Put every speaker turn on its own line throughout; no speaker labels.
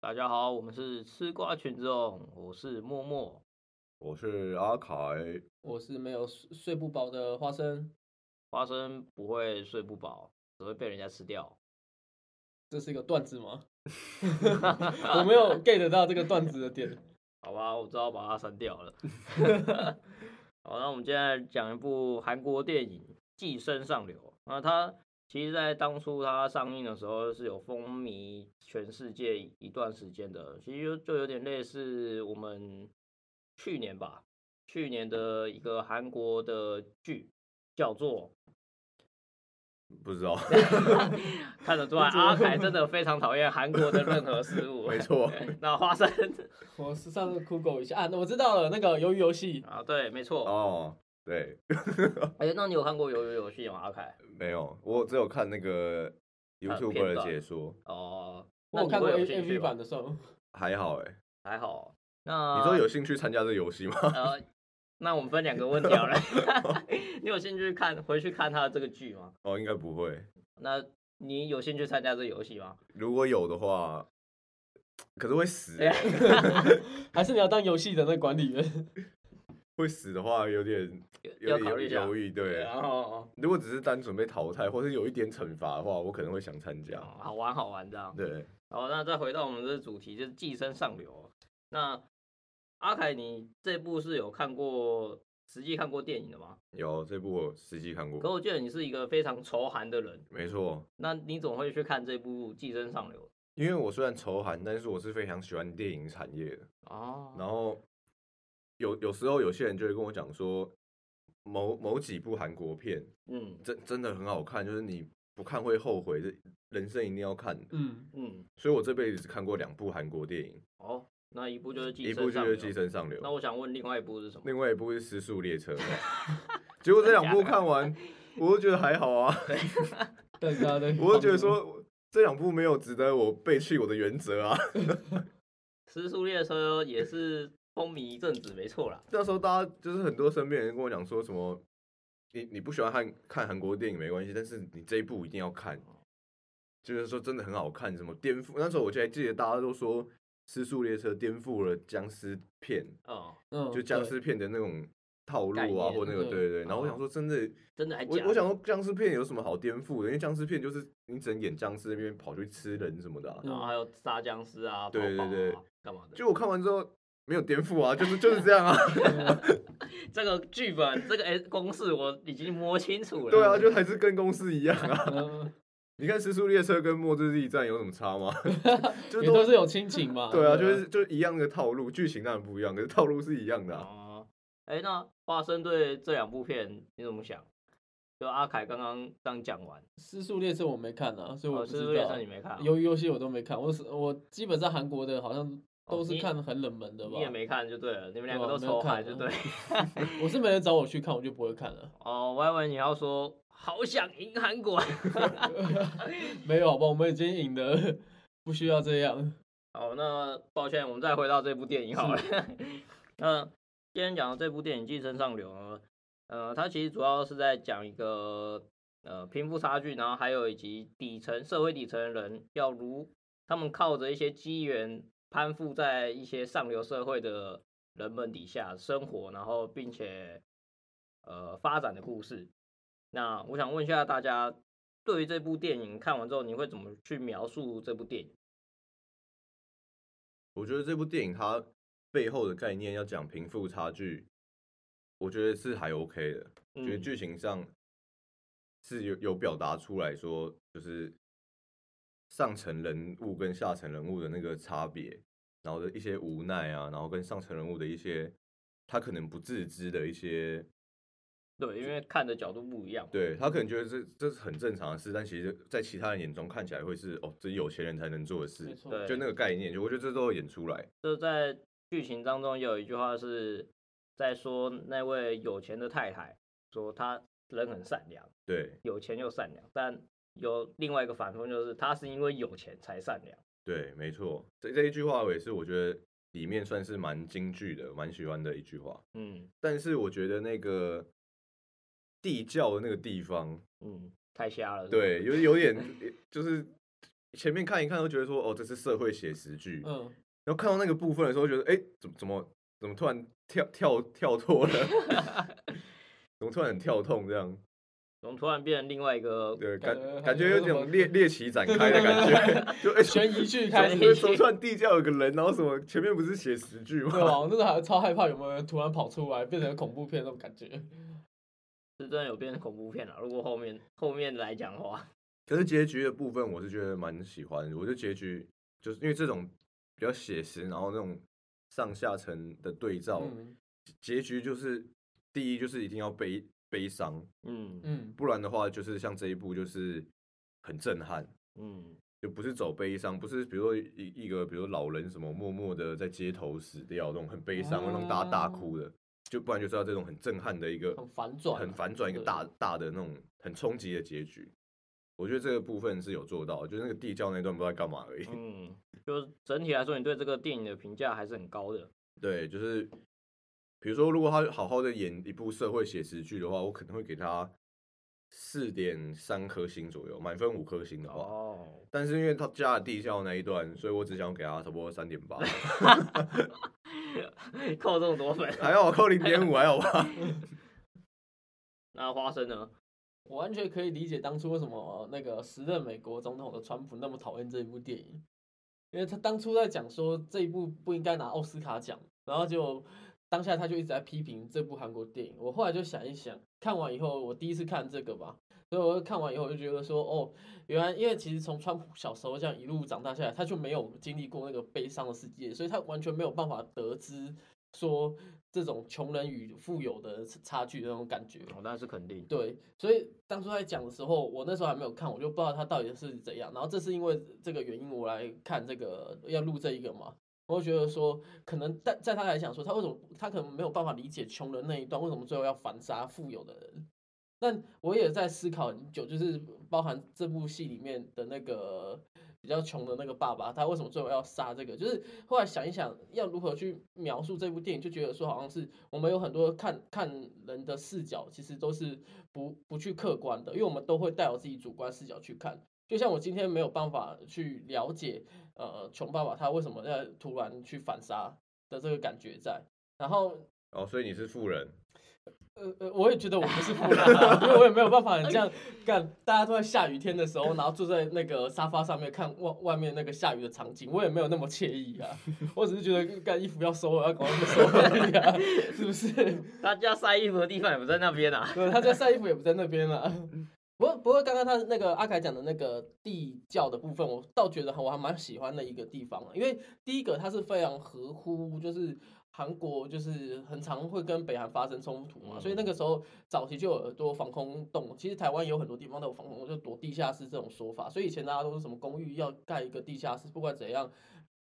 大家好，我们是吃瓜群众，我是默默。
我是阿凯，
我是没有睡睡不饱的花生，
花生不会睡不饱，只会被人家吃掉。
这是一个段子吗？ 我没有 get 到这个段子的点。
好吧，我只好把它删掉了。好，那我们现在讲一部韩国电影《寄生上流》。那它其实，在当初它上映的时候是有风靡全世界一段时间的，其实就就有点类似我们去年吧，去年的一个韩国的剧叫做
不知道，
看得出 来，阿凯真的非常讨厌韩国的任何事物。
没错。
那花生
我是上次 Google 一下啊，那我知道了，那个鱿鱼游戏，
啊，对，没错。
哦，对，
哎、那你有看过《鱿鱼游戏》吗？阿凯？
没有，我只有看那个
看
YouTuber
呃片
的
段
解说，
哦，那
我有
你
看过
会
A
有兴
A
趣
V
吗
版的算吗？
还好哎。
还好。那
你说有兴趣参加这游戏吗？
呃，那我们分两个问题好了。 你有兴趣看回去看他的这个剧吗？
哦，应该不会。
那你有兴趣参加这个游戏吗？
如果有的话，可是会死
哎
欸，
呀
还是你要当游戏的那管理员？
会死的话有点有
要考
点
虑一下。哦啊
犹豫。对，
然后
如果只是单纯被淘汰，或是有一点惩罚的话，我可能会想参加。
哦好玩好玩这样。
对，
好，那再回到我们的主题，就是寄生上流哦。那阿凯，你这部是有看过实际看过电影的吗？
有这部我实际看
可
过，
我记得你是一个非常仇韩的人，
没错。
那你怎么会去看这部《寄生上流》？
因为我虽然仇韩，但是我是非常喜欢电影产业的。
哦
然后有有时候有些人就会跟我讲说，某某几部韩国片
嗯
真真的很好看，就是你不看会后悔，这人生一定要看的。
嗯，
嗯，
所以我这辈子只看过两部韩国电影，
哦，那一部就是《寄
一
生
部就
上
是
流
《寄》，生上流
那》，我想问另外一部是什么？
另外一部是《失速列车》。结果这两部看完，我就觉得还好啊，
对对对，
我就觉得
嗯
说这两部没有值得我背弃我的原则啊。
《失速列车》也是风靡一阵子，没错啦。
那时候大家就是很多身边人跟我讲说什么，你你不喜欢看看韩国电影没关系，但是你这一部一定要看，就是说真的很好看，什么颠覆。那时候我就还记得大家都说《失速列车》颠覆了僵尸片，
哦，
嗯，
就僵
对
尸片的那种套
概
路啊，
念嗯
或那个
对
对对对。然后我想说真的，
真的还假
我
的？
我想说僵尸片有什么好颠覆的？因为僵尸片就是你只能演僵尸那边跑去吃人什么的啊、
然后还有杀僵尸啊，
对对
跑跑
对
啊，干嘛的？
就我看完之后没有颠覆啊，就是就是这样 啊。
这个剧本这个哎公式我已经摸清楚了。
对啊，就还是跟公司一样啊。
嗯，
你看《时速列车》跟《末日地战》有什么差 吗？就
也都是有亲情 嘛。
对啊，就是就一样的套路，剧情当然不一样，可是套路是一样的、啊。
哦，哎，那花生对这两部片你怎么想？就阿凯刚刚刚讲完，
《失速列车》我没看啊，所以我
哦，
不
是
知
不是也
道
算你。没看啊？
鱿鱼游戏我都没看，我是我基本上韩国的好像
哦
都是
你
看很冷门的吧
你。也没看就对了，你们两个
对啊
都
没有
仇
看
海就
啊
对。
我是没人找我去看，我就不会看了。
哦，我还以为你要说好想赢韩国。
没有，好吧，我们已经赢的，不需要这样。
好，那抱歉，我们再回到这部电影好了。 那今天讲的这部电影《寄生上流》呢，呃，它其实主要是在讲一个呃贫富差距，然后还有以及底层社会底层的人要如他们靠着一些机缘攀附在一些上流社会的人们底下生活，然后并且呃发展的故事。那我想问一下大家，对于这部电影看完之后，你会怎么去描述这部电影？
我觉得这部电影它背后的概念要讲贫富差距，我觉得是还 OK 的，觉得
嗯
剧情上是有有表达出来说，就是上层人物跟下层人物的那个差别，然后的一些无奈啊，然后跟上层人物的一些他可能不自知的一些
对，因为看的角度不一样嘛。
对他可能觉得这这是很正常的事，但其实，在其他人眼中看起来会是哦，这是有钱人才能做的事
没，错，
对
就那个概念，就我觉得这都有演出来。
就在剧情当中有一句话是在说那位有钱的太太说她人很善良，
对
有钱又善良，但有另外一个反讽就是她是因为有钱才善良。
对，没错，这这一句话我也是我觉得里面算是蛮京剧的，蛮喜欢的一句话。
嗯
但是我觉得那个地窖的那个地方，
嗯，太瞎了。是吧
对，有有点 就是前面看一看都觉得说，哦，这是社会写实剧，
嗯，
然后看到那个部分的时候，觉得，哎，怎么怎么怎么突然跳跳跳 脱了，怎么突然很跳痛这样？
怎么突然变成另外一个？
对，
感
感
觉
感觉
有
有
什么
点猎猎奇展开的感觉，就哎，
悬疑剧 开始
悬疑
为什么突然地窖有个人，然后什么前面不是写实剧
对啊吧？
吗？
我那时候还超害怕有没有人突然跑出来变成恐怖片那种感觉。
是真的有变成恐怖片了。如果后面后面来讲的话，
可是结局的部分，我是觉得蛮喜欢的。我觉得结局就是因为这种比较写实，然后那种上下层的对照，
嗯
结局就是第一就是一定要悲悲伤，
嗯
嗯，
不然的话就是像这一部就是很震撼，
嗯
就不是走悲伤，不是比如说一一个比如说老人什么默默的在街头死掉那种很悲伤，会让大家大哭的，就不然就是要这种很震撼的一个
哦很反转啊，
很反转一个
对
大大的那种很冲击的结局。我觉得这个部分是有做到，就是那个地窖那段不知道在干嘛
哦
而已。
嗯，就是整体来说，你对这个电影的评价还是很高的。
对，就是比如说，如果他好好的演一部社会写实剧的话，我可能会给他四点三颗星左右，满分五颗星的话。
哦，
但是因为他加了地窖那一段，所以我只想给他差不多三点八，
扣这么多啊分，
还好扣零点五，还好吧？
那花生呢？
我完全可以理解当初为什么呃那个时任美国总统的川普那么讨厌这一部电影，因为他当初在讲说这一部不应该拿奥斯卡奖，然后就当下他就一直在批评这部韩国电影。我后来就想一想，看完以后我第一次看这个吧，所以我看完以后我就觉得说，哦，原来因为其实从川普小时候这样一路长大下来，他就没有经历过那个悲伤的世界，所以他完全没有办法得知说这种穷人与富有的差距的那种感觉。
哦，那是肯定。
对，所以当初在讲的时候，我那时候还没有看，我就不知道它到底是怎样。然后这是因为这个原因，我来看这个要录这一个嘛，我就觉得说，可能在在他来讲说，他为什么他可能没有办法理解穷人那一段为什么最后要反杀富有的人。但我也在思考很久，就是包含这部戏里面的那个比较穷的那个爸爸，他为什么最后要杀这个？就是后来想一想，要如何去描述这部电影，就觉得说好像是我们有很多看看人的视角，其实都是不不去客观的，因为我们都会带有自己主观视角去看。就像我今天没有办法去了解，呃，穷爸爸他为什么要突然去反杀的这个感觉在，然后
哦，所以你是富人，
呃呃，我也觉得我不是富人啊，因为我也没有办法这样干。大家都在下雨天的时候，然后坐在那个沙发上面看外外面那个下雨的场景，我也没有那么惬意啊。我只是觉得干衣服要收了，要赶快去收 而已啊，是不是？
大家晒衣服的地方也不在那边啊。
对，他在晒衣服也不在那边了。不过不过，刚刚他那个阿凯讲的那个地窖的部分，我倒觉得我还蛮喜欢的一个地方啊，因为第一个它是非常合乎就是。韩国就是很常会跟北韩发生冲突嘛，所以那个时候早期就有很多防空洞。其实台湾也有很多地方都有防空洞，就躲地下室这种说法。所以以前大家都是什么公寓要盖一个地下室，不管怎样，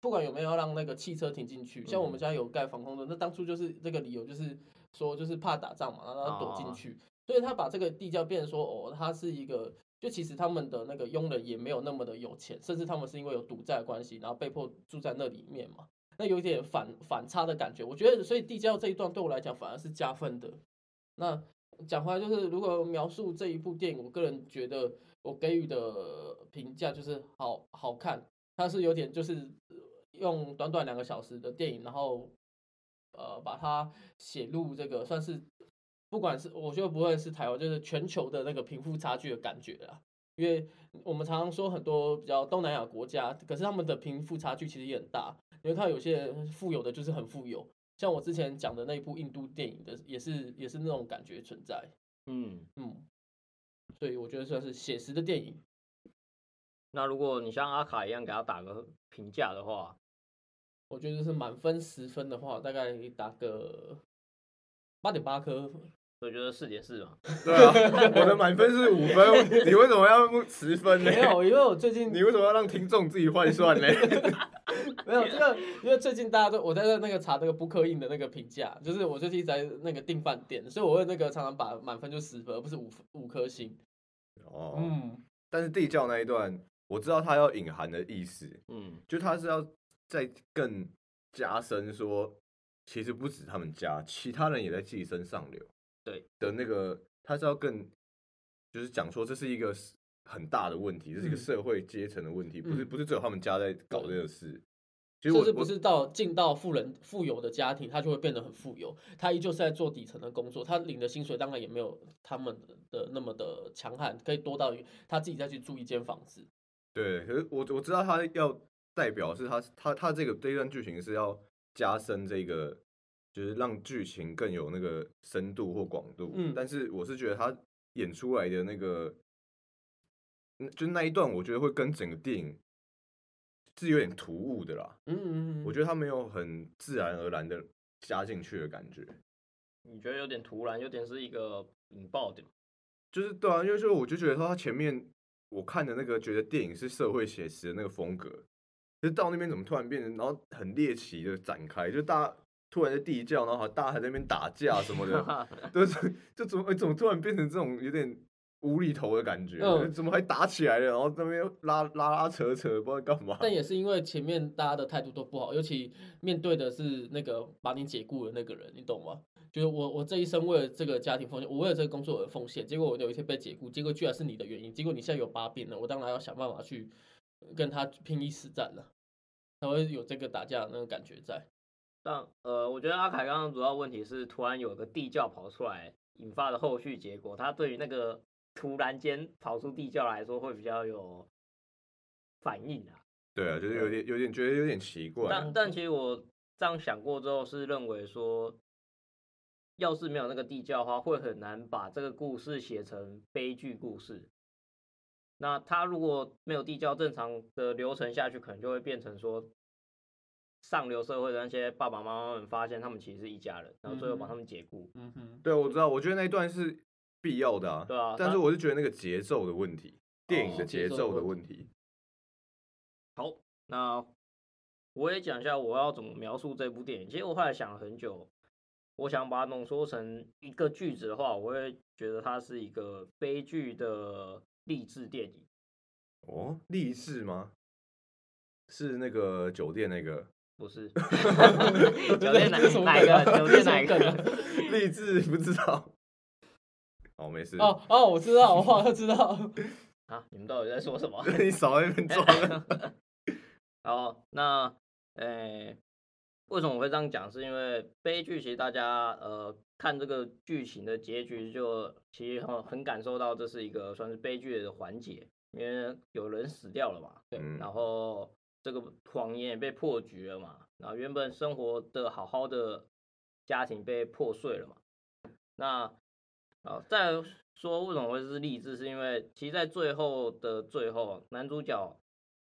不管有没有要让那个汽车停进去。像我们家有盖防空洞，那当初就是这个理由，就是说就是怕打仗嘛，然后他躲进
哦
去。所以他把这个地窖变成说，哦，他是一个，就其实他们的那个佣人也没有那么的有钱，甚至他们是因为有赌债的关系，然后被迫住在那里面嘛，那有一点反反差的感觉。我觉得，所以地窖这一段对我来讲反而是加分的。那讲回来，就是如果描述这一部电影，我个人觉得我给予的评价就是好好看，它是有点就是呃用短短两个小时的电影，然后呃把它写入这个算是不管是我觉得不会是台湾，就是全球的那个贫富差距的感觉啦。因为我们常常说很多比较东南亚国家，可是他们的贫富差距其实也很大。你会看到有些人富有的就是很富有，像我之前讲的那部印度电影的，也是也是那种感觉存在。
嗯，
嗯，所以我觉得算是写实的电影。
那如果你像阿卡一样给他打个评价的话，
我觉得就是满分十分的话，大概打个八点八颗。
我觉得四点四嘛。
对啊，我的满分是五分，你为什么要十分呢？
没有，嗯因为我最近
你为什么要让听众自己换算 嘞？
没有这个，因为最近大家都我在那个查那个 b o o k i n 的那个评价，就是我最近一直在那个订饭店，所以我会那个常常把满分就十分，而不是五分五颗星。
哦，
嗯，
但是地窖那一段，我知道他要隐含的意思，
嗯
就他是要再更加深说，其实不止他们家，其他人也在寄生上流，
对
的那个，他是要更就是讲说这是一个很大的问题，这是一个
嗯
社会阶层的问题，不是
嗯
不是只有他们家在搞这个事。其实
甚
我
至不
我
是到进到富人富有的家庭，他就会变得很富有，他依旧是在做底层的工作，他领的薪水当然也没有他们的那么的强悍，可以多到于他自己再去租一间房子。
对，可是我我知道他要代表是他他他这个这一段剧情是要加深这个，就是让剧情更有那个深度或广度。
嗯
但是我是觉得他演出来的那个，嗯就那一段，我觉得会跟整个电影是有点突兀的啦。
嗯嗯嗯，
我觉得他没有很自然而然的加进去的感觉。
你觉得有点突然，有点是一个引爆点。
就是对啊，因为就是我就觉得说他前面我看的那个觉得电影是社会写实的那个风格，就是到那边怎么突然变成，然后很猎奇的展开，就大家突然在地窖，然后好像大家还在那边打架什么的，就是就怎么哎怎么突然变成这种有点无厘头的感觉，
嗯
怎么还打起来了，然后那边拉拉拉扯扯，不知道干嘛。
但也是因为前面大家的态度都不好，尤其面对的是那个把你解雇的那个人，你懂吗？就是我我这一生为了这个家庭奉献，我为了这个工作而奉献，结果我有一天被解雇，结果居然是你的原因，结果你现在有把柄了，我当然要想办法去跟他拼一死战了，才会有这个打架的那个感觉在。
但呃，我觉得阿凯刚刚主要问题是突然有个地窖跑出来，引发的后续结果，他对于那个突然间跑出地窖来说会比较有反应啊。
对啊，就是有点有点觉得有点奇怪
但，但其实我这样想过之后，是认为说，要是没有那个地窖的话，会很难把这个故事写成悲剧故事。那他如果没有地窖，正常的流程下去，可能就会变成说，上流社会的那些爸爸妈妈们发现他们其实是一家人，然后最后把
嗯哼
他们解雇。
嗯哼，
对啊，我知道，我觉得那一段是必要的啊，
对啊
但是
但
我是觉得那个节奏的问题，电影
哦
的节
节奏的
奏的
问
问题。
好，那我也讲一下我要怎么描述这部电影。其实我后来想了很久，我想把它浓缩成一个句子的话，我会觉得它是一个悲剧的励志电影。
哦，励志吗？是那个酒店那个
不是， 酒店哪
这是什么
哪一
梗啊
个？酒店哪一
这是什么
个？
励志，不知道。哦，没事。
哦哦，我知道，我好像知道。
啊，你们到底在说什么？
你少在那边装啊。
好，那呃、为什么我会这样讲？是因为悲剧其实大家呃看这个剧情的结局就，其实很很感受到这是一个算是悲剧的环节，因为有人死掉了嘛，对，
嗯
然后这个谎言也被破局了嘛，然后原本生活的好好的家庭被破碎了嘛，那啊，再说为什么会是励志，是因为其实，在最后的最后，男主角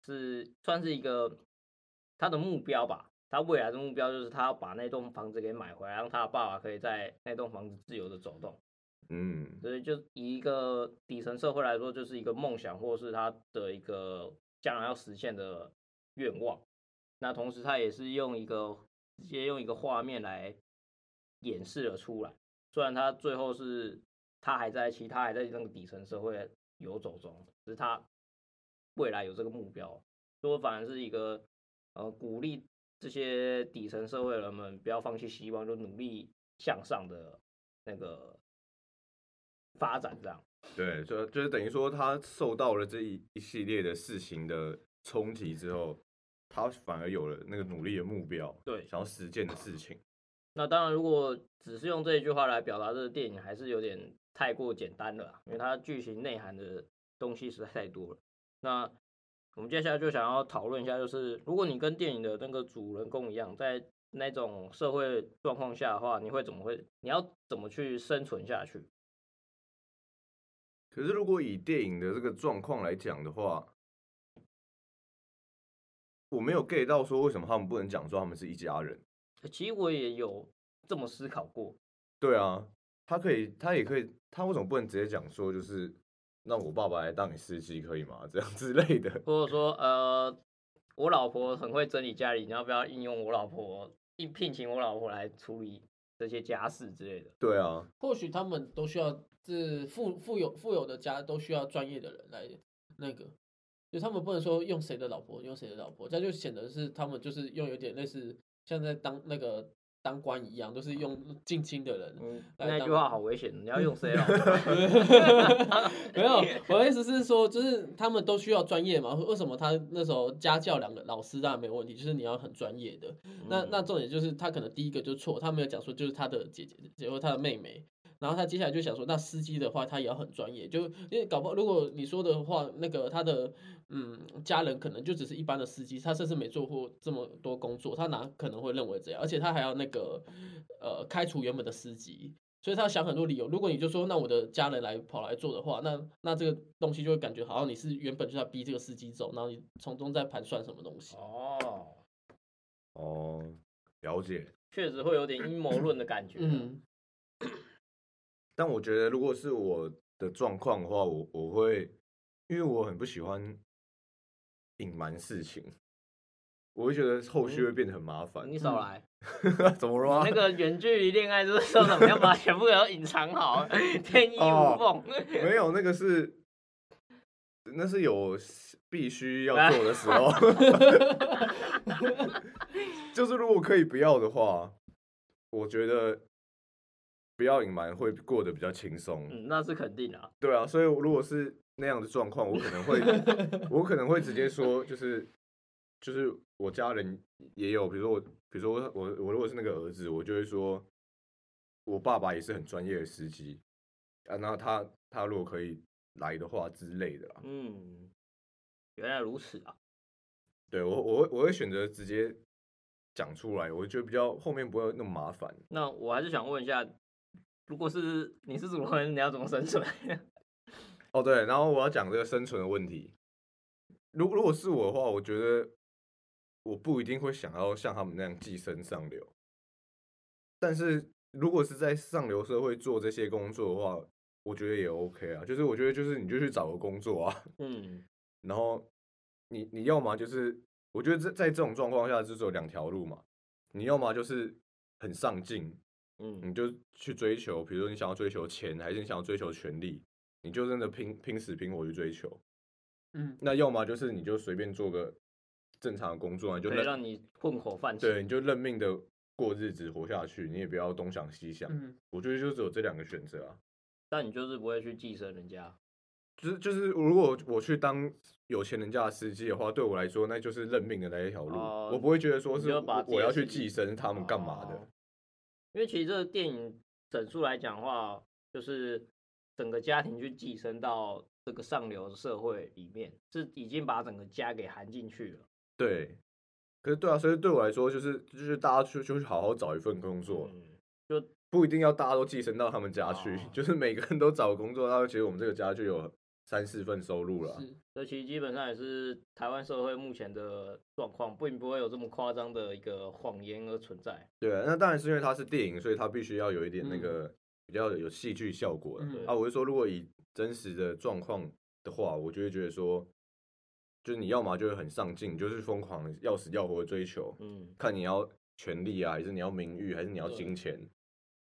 是算是一个他的目标吧，他未来的目标就是他要把那栋房子给买回来，让他的爸爸可以在那栋房子自由的走动。
嗯，
所以就以一个底层社会来说，就是一个梦想，或是他的一个将来要实现的愿望。那同时，他也是用一个直接用一个画面来演示了出来。虽然他最后是他还在，其实他还在那个底层社会游走中，只是他未来有这个目标，所以我反而是一个呃鼓励这些底层社会人们不要放弃希望，就努力向上的那个发展这样。
对，就就是等于说他受到了这一一系列的事情的冲击之后，他反而有了那个努力的目标，
对
想要实践的事情。
那当然，如果只是用这一句话来表达这个电影，还是有点太过简单了啊，因为它剧情内涵的东西实在太多了。那我们接下来就想要讨论一下，就是如果你跟电影的那个主人公一样，在那种社会状况下的话，你会怎么会？你要怎么去生存下去？
可是如果以电影的这个状况来讲的话，我没有 get 到说为什么他们不能讲说他们是一家人。
其实我也有这么思考过，
对啊，他可以，他也可以，他为什么不能直接讲说，就是让我爸爸来当你司机可以吗？这样之类的。
或者说，呃，我老婆很会整理家里，你要不要应用我老婆，应聘请我老婆来处理这些家事之类的？
对啊，
或许他们都需要，是富富有富有的家都需要专业的人来那个，就他们不能说用谁的老婆用谁的老婆，这样就显得是他们就是用有点类似像在当那个当官一样，都是用近亲的人。
嗯，
来
那
当
句话好危险，你要 用啊 C 了。
没有，我的意思是说，就是他们都需要专业嘛。为什么他那时候家教两个老师当然没问题，就是你要很专业的。那那重点就是他可能第一个就错，他没有讲说就是他的姐姐，结果他的妹妹。然后他接下来就想说，那司机的话他也要很专业，就因为搞不好如果你说的话，那个他的嗯家人可能就只是一般的司机，他甚至没做过这么多工作，他哪可能会认为这样？而且他还要那个呃开除原本的司机，所以他要想很多理由。如果你就说那我的家人来跑来做的话，那那这个东西就会感觉好像你是原本就要逼这个司机走，然后你从中再盘算什么东西。
哦，
哦，了解。
确实会有点阴谋论的感觉。
嗯，
但我觉得如果是我的状况的话，我我会，因为我很不喜欢隐瞒事情，我会觉得后续会变得很麻烦。
哦你少来，
怎么啊了吗？
那个远距离恋爱就是说什么要把全部都隐藏好， 天衣无缝。
没有，那个是，那是有必须要做的时候，就是如果可以不要的话，我觉得不要隐瞒会过得比较轻松。
嗯，那是肯定啊。
对啊，所以如果是那样的状况，我可能会，我可能会直接说，就是就是我家人也有，比如说我，比如说我我我如果是那个儿子，我就会说，我爸爸也是很专业的司机啊，然后他他如果可以来的话之类的啦，
嗯，原来如此啊。
对我我会我会选择直接讲出来，我觉得比较后面不会那么麻烦。
那我还是想问一下，如果是你是主人，你要怎么生存？
哦，对，然后我要讲这个生存的问题。如如果是我的话，我觉得我不一定会想要像他们那样寄生上流。但是如果是在上流社会做这些工作的话，我觉得也 OK 啊。就是我觉得就是你就去找个工作啊，
嗯，
然后你你要么就是，我觉得在在这种状况下就只有两条路嘛，你要么就是很上进，
嗯
你就去追求，比如说你想要追求钱，还是你想要追求权利，你就真的拼拼死拼活去追求。
嗯，
那要么就是你就随便做个正常的工作，你就
可以
认
让你混口饭吃。
对，你就认命的过日子活下去，你也不要东想西想。
嗯，
我觉得就只有这两个选择啊。
但你就是不会去寄生人家。
就是就是，如果我去当有钱人家的司机的话，对我来说那就是认命的那一条路，
哦
我不会觉得说
你
是
就把
我
自己
我
的
要去
事情
寄生他们干嘛的。
哦因为其实这个电影整数来讲的话，就是整个家庭去寄生到这个上流社会里面，是已经把整个家给含进去了。
对，可是对啊，所以对我来说就是就是大家去就去好好找一份工作，
嗯，
不一定要大家都寄生到他们家去，
哦
就是每个人都找工作，那其实我们这个家就有三四份收入了。
是，
这其实基本上也是台湾社会目前的状况，并不会有这么夸张的一个谎言而存在。
对啊，那当然是因为它是电影，所以它必须要有一点那
嗯
个比较有戏剧效果的。
嗯
啊，我是说，如果以真实的状况的话，我就会觉得说，就是你要么就是很上进，你就是疯狂地要死要活地追求，
嗯，
看你要权力啊，还是你要名誉，还是你要
对
金钱。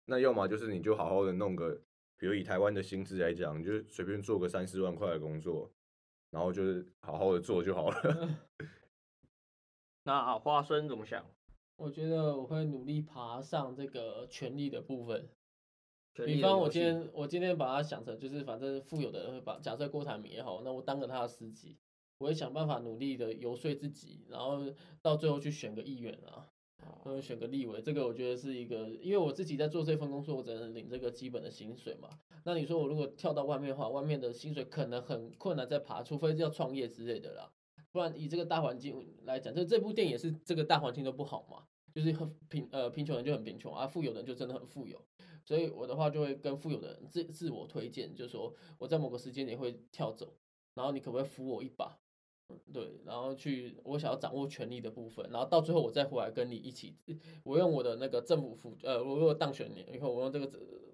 那要么就是你就好好的弄个，比如以台湾的薪资来讲，你就随便做个三四万块的工作，然后就是好好的做就好了。
那啊花生怎么想？
我觉得我会努力爬上这个权力的部分。
权力
比
的
方
游
我
戏
今天我今天把它想成就是反正富有的人会把假设郭台铭也好，那我当个他的司机，我会想办法努力的游说自己，然后到最后去选个议员啊，
哦
然后选个立委，这个我觉得是一个，因为我自己在做这份工作，我只能领这个基本的薪水嘛。那你说我如果跳到外面的话，外面的薪水可能很困难再爬，除非要创业之类的啦。不然以这个大环境来讲，就这部电影也是这个大环境都不好嘛，就是很贫呃贫穷人就很贫穷啊，富有人就真的很富有。所以我的话就会跟富有的人自自我推荐，就说我在某个时间点会跳走，然后你可不可以扶我一把？嗯对，然后去我想要掌握权力的部分，然后到最后我再回来跟你一起，我用我的那个政府辅呃，我如果当选你以后，我用这个呃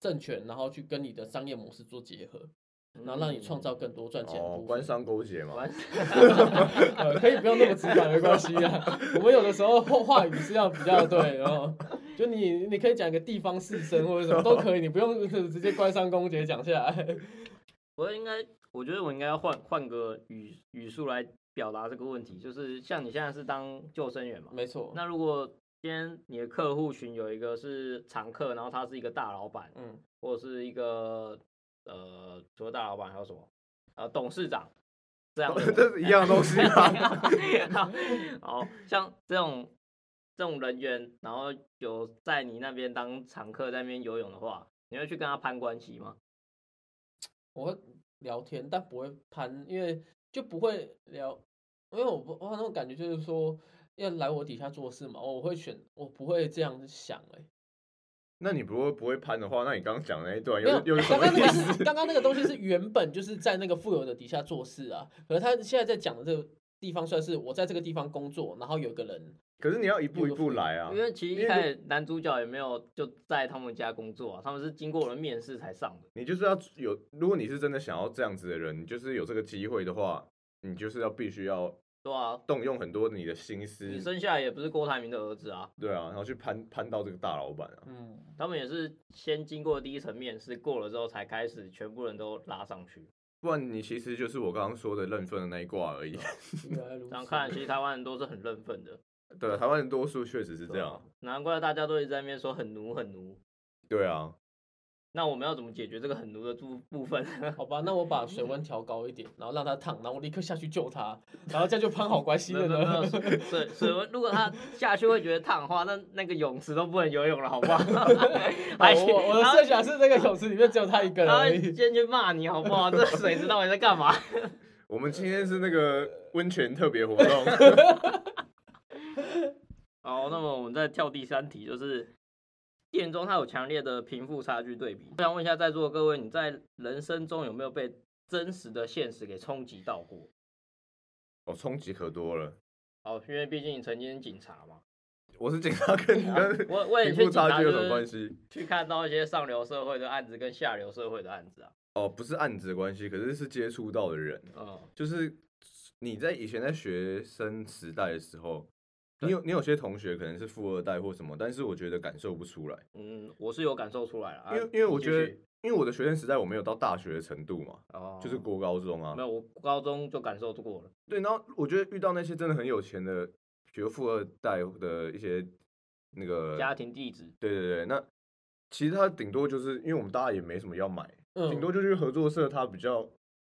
政权，然后去跟你的商业模式做结合，然后让你创造更多赚钱的
哦
部，分
官。商勾结嘛。
完，
呃， 可以不用那么直白，没关系啊。我们有的时候话话语是要比较对，然后就你你可以讲一个地方士绅或者什么都可以，你不用直接官商勾结讲下来。
我应该，我觉得我应该要换换个语语速来表达这个问题，就是像你现在是当救生员嘛，
没错，
那如果今天你的客户群有一个是常客，然后他是一个大老板，
嗯，
或者是一个呃，除了大老板还有什么？呃，董事长这样 的人，
这是一样的东西啊。
好像这种这种人员，然后有在你那边当常客，在那边游泳的话，你会去跟他攀关系吗？
我会聊天，但不会攀，因为就不会聊，因为我不我那种感觉就是说要来我底下做事嘛，我会选，我不会这样想哎、
那你不会不会攀的话，那你刚刚讲的那一段
没有，
又又是什么
刚刚那
意
个
思？
是刚刚那个东西是原本就是在那个富有的底下做事啊，可是他现在在讲的这个地方算是我在这个地方工作，然后有一个人，
可是你要一步一步来啊
因。为其实一
因为
开始男主角也没有就在他们家工作啊，他们是经过我们面试才上的。
你就是要有，如果你是真的想要这样子的人，你就是有这个机会的话，你就是要必须要
对啊，
动用很多你的心思，
你生下来也不是郭台铭的儿子啊，
对啊，然后去攀攀到这个大老板啊。
嗯，
他们也是先经过第一层面试，过了之后才开始全部人都拉上去。
不然你其实就是我刚刚说的认份的那一挂 而已。
原来如
这
此。
样看，其实台湾人都是很认份的，啊
对啊，台湾人多数确实是这样。
难怪大家都一直在那边说很奴很奴。
对啊，
那我们要怎么解决这个很奴的部部分？
好吧，那我把水温调高一点，然后让他烫，然后我立刻下去救他，然后这样就攀好关系
没
了
有没有没有
呢。
水水水温，如果他下去会觉得烫的话，那那个泳池都不能游泳了，好不好？还
我我我的
然后
设想是那个泳池里面只有他一个人
他
而
会
已。
先去骂你好不好？ 这水池到底在干嘛？
我们今天是那个温泉特别活动，
好，那么我们再跳第三题，就是电中它有强烈的贫富差距对比。我想问一下在座各位，你在人生中有没有被真实的现实给冲击到过？
哦，冲击可多了。
哦，因为毕竟你曾经是警察嘛，
我是警察跟你跟
啊我我也
贫
去
富
警察
差距
就
有什么关
是
系？
去看到一些上流社会的案子跟下流社会的案子啊，
哦，不是案子的关系，可是是接触到的人，
嗯。
就是你在以前在学生时代的时候，
对
你有你有些同学可能是富二代或什么，但是我觉得感受不出来，
嗯，我是有感受出来了，啊
因为因为我
你
觉
继
得
续，
因为我的学生时代我没有到大学的程度嘛，
哦，
就是国高中啊
没，有，我高中就感受过了，
对，然后我觉得遇到那些真的很有钱的，比如富二代的一些那个
家，庭地址，
对对对，那其实他顶多就是因为我们大家也没什么要买，顶多
嗯，
就是合作社他比较，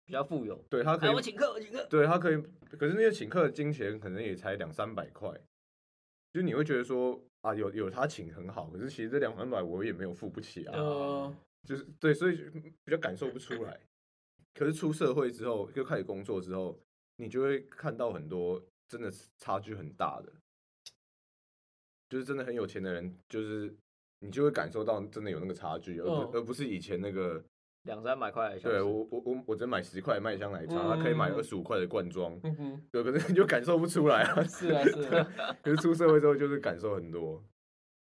比较富有。
对他可
哎，
以，
我请客，我请客。
对他可以，可是那些请客的金钱可能也才两三百块，就你会觉得说啊，有有他请很好，可是其实这两三百我也没有付不起啊，
哦
呃，
就是对，所以就比较感受不出来。可是出社会之后，就开始工作之后，你就会看到很多真的是差距很大的，就是真的很有钱的人，就是你就会感受到真的有那个差距，而不、
嗯
而不是以前那个，
两三百块的小吃，
对我我我我只买十块的麦香奶茶，他可以买
嗯
二十五块的罐装，
嗯哼，
对，可是你就感受不出来啊。
是啊是啊。
可是出社会之后就是感受很多，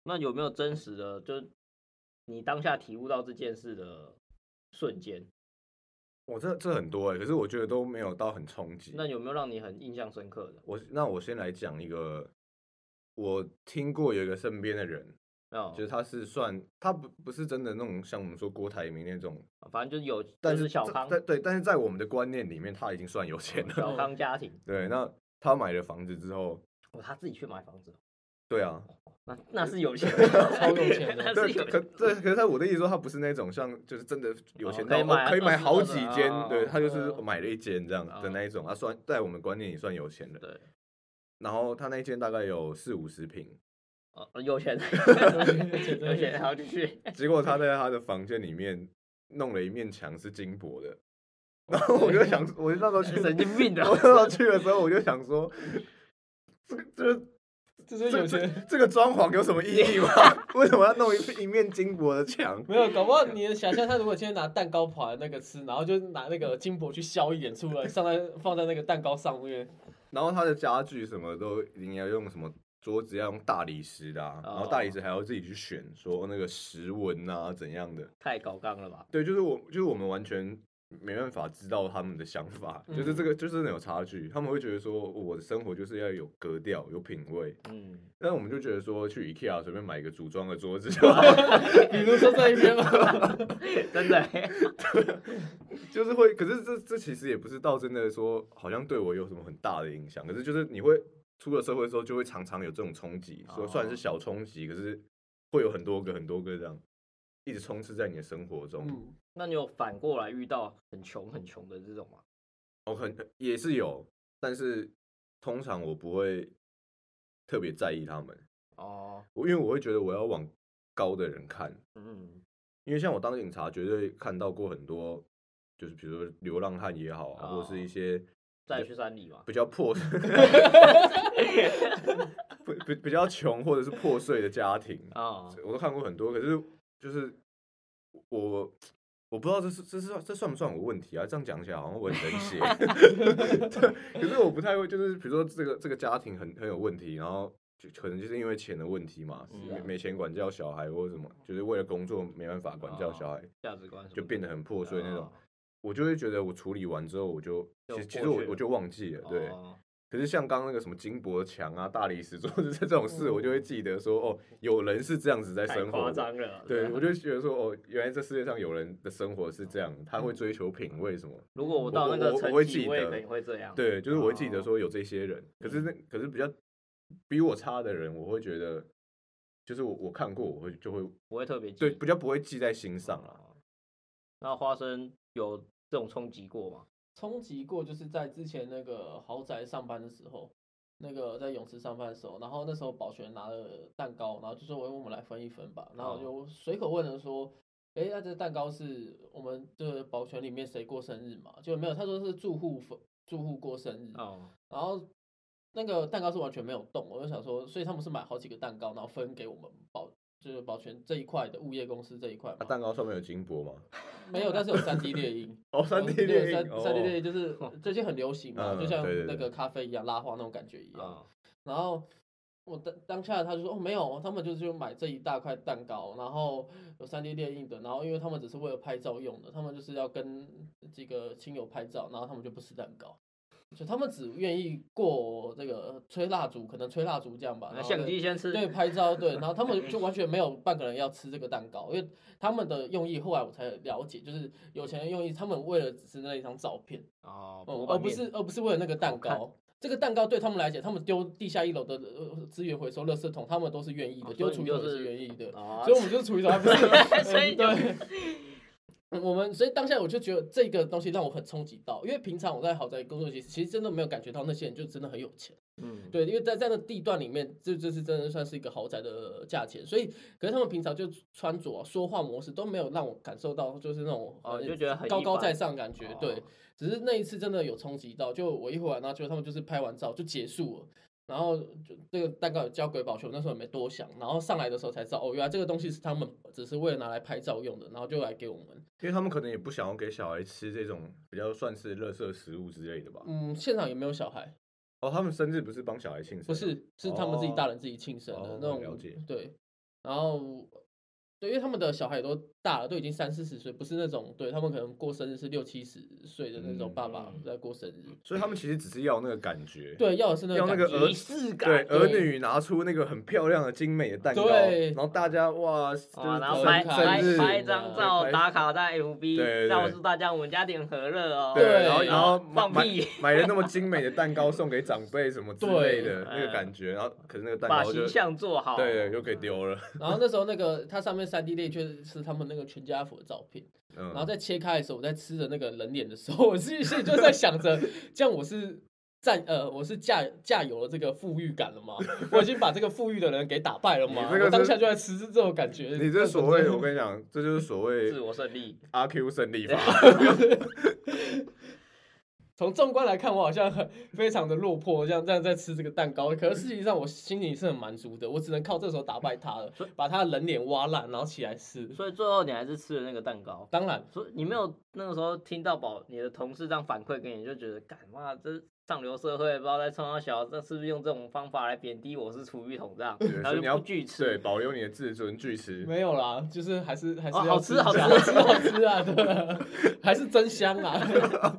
那有没有真实的，就是你当下体悟到这件事的瞬间？
我这这很多哎、可是我觉得都没有到很冲击。
那有没有让你很印象深刻的？
我那我先来讲一个，我听过有一个身边的人，
哦，
就是他是算他不不是真的那种像我们说郭台铭那种，
反正就是有，
但
就是是小
在
康哦
在对，但是在我们的观念里面，他已经算有钱了。
小康家庭，
对，那他买了房子之后，
哦，他自己去买房子，
对啊，
那那是 有钱，
超有钱的
那
对
是，有
可
钱。
对，可是他我的意思说，他不是那种像就是真的有钱
哦
到
可以买
哦可以买好
二十
几
二的
间
哦，
对他就是
哦
买了一间这样的那一种，他算在我们观念里算有钱的。
对，
然后他那一间大概有四五十平，
哦，有钱，
钱
有钱，好 继续。
结果他在他的房间里面弄了一面墙是金箔 的，然后我就想，我就那时候 去，
神经病的
我那时候去的时候我就想说，这个这个
这就是
这
有钱
这
人。
这个装潢有什么意义吗？ 为什么要弄一一面金箔的墙？
没有，搞不好你能想象他如果今天拿蛋糕盘那个吃，然后就拿那个金箔去削一点出来，上在放在那个蛋糕上面，
然后他的家具什么都一定要用什么。桌子要用大理石的、啊，然后大理石还要自己去选，说那个石纹啊怎样的。
太高纲了吧？
对，就是我，就是我们完全没办法知道他们的想法，就是这个，就是真的有差距。他们会觉得说，我的生活就是要有格调、有品味，
嗯，
但我们就觉得说，去 IKEA 随便买一个组装的桌子就好，
比如说这一边吧。
真的欸，
就是会。可是这这其实也不是到真的说，好像对我有什么很大的影响。可是就是你会出了社会之后，就会常常有这种冲击，说虽然是小冲击，可是会有很多个很多个这样，一直充斥在你的生活中。
嗯，
那你有反过来遇到很穷很穷的这种吗？
哦，很也是有，但是通常我不会特别在意他们，
哦，
我因为我会觉得我要往高的人看，
嗯，
因为像我当警察，绝对看到过很多，就是比如说流浪汉也好啊，或者
哦
是一些
再去山里嘛。
比较 破碎比比比较穷或者是破碎的家庭，
啊，
我都看过很多。可是就是我我不知道这是这是这算不算我问题啊？这样讲起来好像我很 冷血。 对，可是我不太会，就是比如说这个这个家庭很很有问题，然后。就可能就是因为钱的问题嘛，
是
没
啊
没钱管教小孩或者什么，就是为了工作没办法管教小孩，
价值观什么
就变
的
得很破碎那种
哦。
我就会觉得我处理完之后，我就
就
其实其
过
实我
去了
我就忘记了，对。
哦
可是像刚刚那个什么金箔墙啊、大理石桌子 这种事，我就会记得说，哦，有人是这样子在
嗯太
生活
夸
的。
张了。
对，我
啊
就觉得说，哦，原来这世界上有人的生活是这样，他
嗯
会追求品味什么。
如果我到那个
我我
层
我会
级，
记
我也
得
可能会这样。
对，就是我会记
哦嗯
得说有这些人。可是那可是比较比我差的人，我会觉得，就是我我看过，我会就会
我会特别记
对比较不会记在心上啊。
哦那花生有这种冲击过吗？
冲击过就是在之前那个豪宅上班的时候，那个在泳池上班的时候，然后那时候保全拿了蛋糕，然后就说我我们来分一分吧，然后我就随口问了说。哎，那这蛋糕是我们这保全里面谁过生日嘛？就没有，他说是住户分住户过生日，
哦，
然后那个蛋糕是完全没有动，我就想说，所以他们是买好几个蛋糕，然后分给我们保就是保全这一块的物业公司这一块嘛
啊，蛋糕上面有金箔吗？
没有，但是有三 D 猎鹰，
哦， 三 D
对
列印，
三三 D 猎
哦
鹰就是最近很流行嘛，
嗯
就像
对对对
那个咖啡一样拉花那种感觉一样。
啊，
然后我当当下他就说哦没有，他们就是就买这一大块蛋糕，然后有三 D 列印的，然后因为他们只是为了拍照用的，他们就是要跟几个亲友拍照，然后他们就不吃蛋糕。就他们只愿意过这个吹蜡烛，可能吹蜡烛这样吧。
那
然后
相
再
机先吃。
对，拍照对，然后他们就完全 没有半个人要吃这个蛋糕，因为他们的用意后来我才了解，就是有钱人用意，他们为了只是那一张照片，
哦，
哦
博
而
板
不
面
是而不是为了那个蛋
好看
糕。这个蛋糕对他们来讲，他们丢地下一楼的呃资源回收垃圾桶，他们都是愿意
哦所
的，丢
以
厨
你
余
就
桶也是
是
愿意的，
哦
所以我们就 是厨余桶，还不是嗯
所以就
对。 嗯我们所以当下我就觉得这个东西让我很冲击到，因为平常我在豪宅工作，其实其实真的没有感觉到那些人就真的很有钱。
嗯，
对，因为在在那地段里面，这这是真的算是一个豪宅的价钱，所以可是他们平常就穿着啊、说话模式都没有让我感受到就是那种
哦，
很
就觉得很
高
一
高
般
在上的感觉，对
哦。
只是那一次真的有冲击到，就我一回来，然后就他们就是拍完照就结束了。然后就那个蛋糕有交鬼保全，我那时候也没多想，然后上来的时候才知道，哦，原来这个东西是他们只是为了拿来拍照用的，然后就来给我们。
因为他们可能也不想要给小孩吃这种比较算是垃圾食物之类的吧。
嗯，现场也没有小孩，
哦，他们生日不是帮小孩庆生啊？
不是，是他们自己
哦
大人自己庆生的、
哦
那种。
了解
对，然后对，因为他们的小孩也都大了，都已经三四十岁，不是那种对他们可能过生日是六七十岁的那种
嗯
爸爸
嗯
在过生日。
所以他们其实只是要那个感觉。
对，要的是那
要
种
那
感
个
觉
儿
仪。式
对，
感。
儿
对
女拿出那个很漂亮的精美的蛋糕，
对
然后大家哇，就是
哇，然后
生
拍
生
拍
生日啊
拍一张照
对拍
打卡在
对对
FB，
对
告诉大家我们家点和乐哦。
对，
对
然后然后买
放
买
屁，
买了那么精美的蛋糕送给长辈什么之类的
对
那个感觉，然后可是那个蛋
把
糕就
形象做好。
对又给丢了，
然后那时候那个它上面三 D 列就是他们那个全家福的照片，
嗯，
然后在切开的时候，我在吃着那个人脸的时候，我是是就在想着，这样我是占呃我是驾驾有了这个富裕感了吗？我已经把这个富裕的人给打败了吗？
你这个
我当
是
下就在吃这种感觉。
你这所谓我跟你讲，这就是所
自
谓
我胜利。
阿 Q 胜利法，
从纵观来看，我好像很非常的落魄，这样这样在吃这个蛋糕。可是事实上，我心里是很满足的，我只能靠这时候打败他了，把他的人脸挖烂，然后起来吃。
所以最后你还是吃了那个蛋糕。
当然，
所以你没有那个时候听到宝你的同事这样反馈给你，就觉得干嘛这上流社会不知道在冲他小，这是不是用这种方法来贬低我是厨余桶这样，然
所
后
以你
就
要
不拒
对，
吃。
保留你的自尊，拒吃。
没有啦，就是还是还是
哦
要
好吃
吃一下、
好吃
好吃 好吃啊，对，还是真 香啊。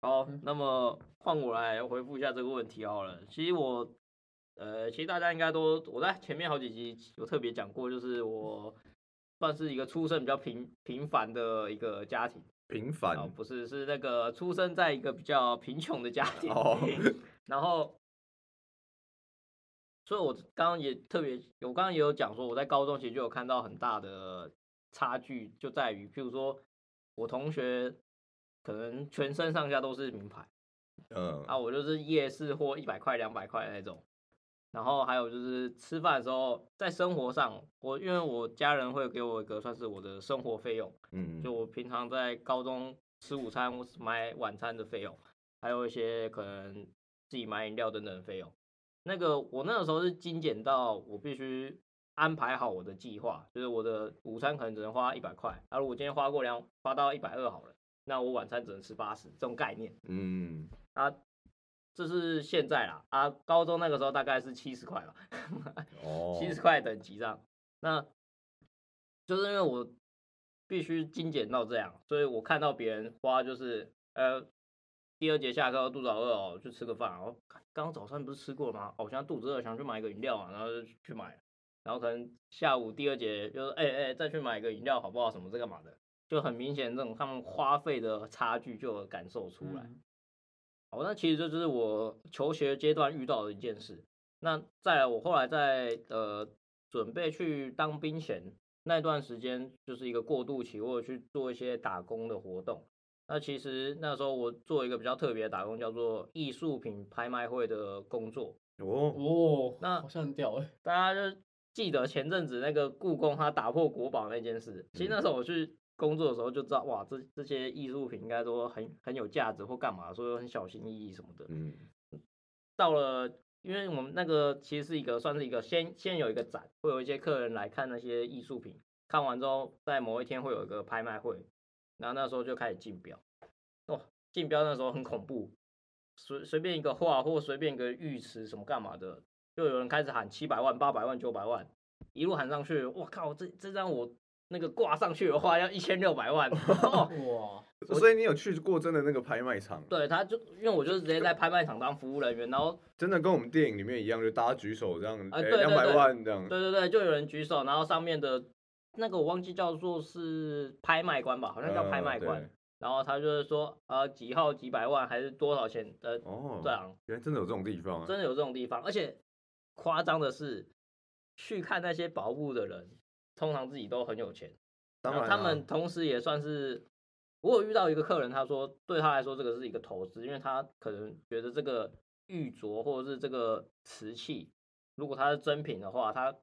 好，那么换我来回复一下这个问题好了。其实我，呃，其实大家应该都我在前面好几集有特别讲过，就是我算是一个出身比较平平凡的一个家庭，
平凡
哦，不是，是那个出生在一个比较贫穷的家庭，
哦
然后，所以我刚刚也特别，我刚刚也有讲说，我在高中其实就有看到很大的差距，就在于，譬如说我同学可能全身上下都是名牌
嗯
啊，我就是夜市货一百块、两百块那种。然后还有就是吃饭的时候，在生活上，我因为我家人会给我一个算是我的生活费用，
嗯，
就我平常在高中吃午餐、我买晚餐的费用，还有一些可能自己买饮料等等的费用。那个我那个时候是精简到我必须安排好我的计划，就是我的午餐可能只能花一百块，而、如我今天花过两花到一百二好了，那我晚餐只能吃八十，这种概念
嗯，
啊。这是现在啦，啊，高中那个时候大概是七十块吧，
哦，
七十块等级这样。那就是因为我必须精简到这样，所以我看到别人花就是呃，第二节下课肚子好饿哦，去吃个饭哦。干刚刚早餐不是吃过了吗？哦，我现在肚子饿，想去买一个饮料啊，然后就去买了。然后可能下午第二节就是哎哎、再去买一个饮料好不好？什么这干嘛的？就很明显，这种他们花费的差距就有感受出来。
嗯
好，哦那其实这就是我求学阶段遇到的一件事。那再来，我后来在呃准备去当兵前那段时间，就是一个过渡期，我有去做一些打工的活动。那其实那时候我做一个比较特别的打工，叫做艺术品拍卖会的工作。
哦，
哦，
那
好像很屌哎、
大家就记得前阵子那个故宫它打破国宝那件事，其实那时候我去工作的时候就知道，哇，这这些艺术品应该都很很有价值或干嘛，所以很小心翼翼什么的。
嗯
到了，因为我们那个其实是一个算是一个先先有一个展，会有一些客人来看那些艺术品，看完之后在某一天会有一个拍卖会，然后那时候就开始竞标，哦，竞标那时候很恐怖，随随便一个画或随便一个浴池什么干嘛的，就有人开始喊七百万、八百万、九百万，一路喊上去，我靠，这这张我那个挂上去的话要一千六百万，哦
哇，
所以你有去过真的那个拍卖场，
对，他就因为我就是直接在拍卖场当服务人员，然后
真的跟我们电影里面一样，就大家举手这样，
啊
哎，
对对
两百万这样，
对对对，就有人举手，然后上面的那个我忘记叫做是拍卖官吧，好像叫拍
嗯
卖官。
对
然后他就是说，呃，几号几百万还是多少钱的
哦，
这，样，
原来真的有这种地方啊，
啊真的有这种地方。而且夸张的是，去看那些宝物的人，通常自己都很有钱，
当
然
然
后
啊
他们同时也算是。我有遇到一个客人，他说对他来说这个是一个投资，因为他可能觉得这个玉镯或者是这个瓷器，如果它是真品的话，它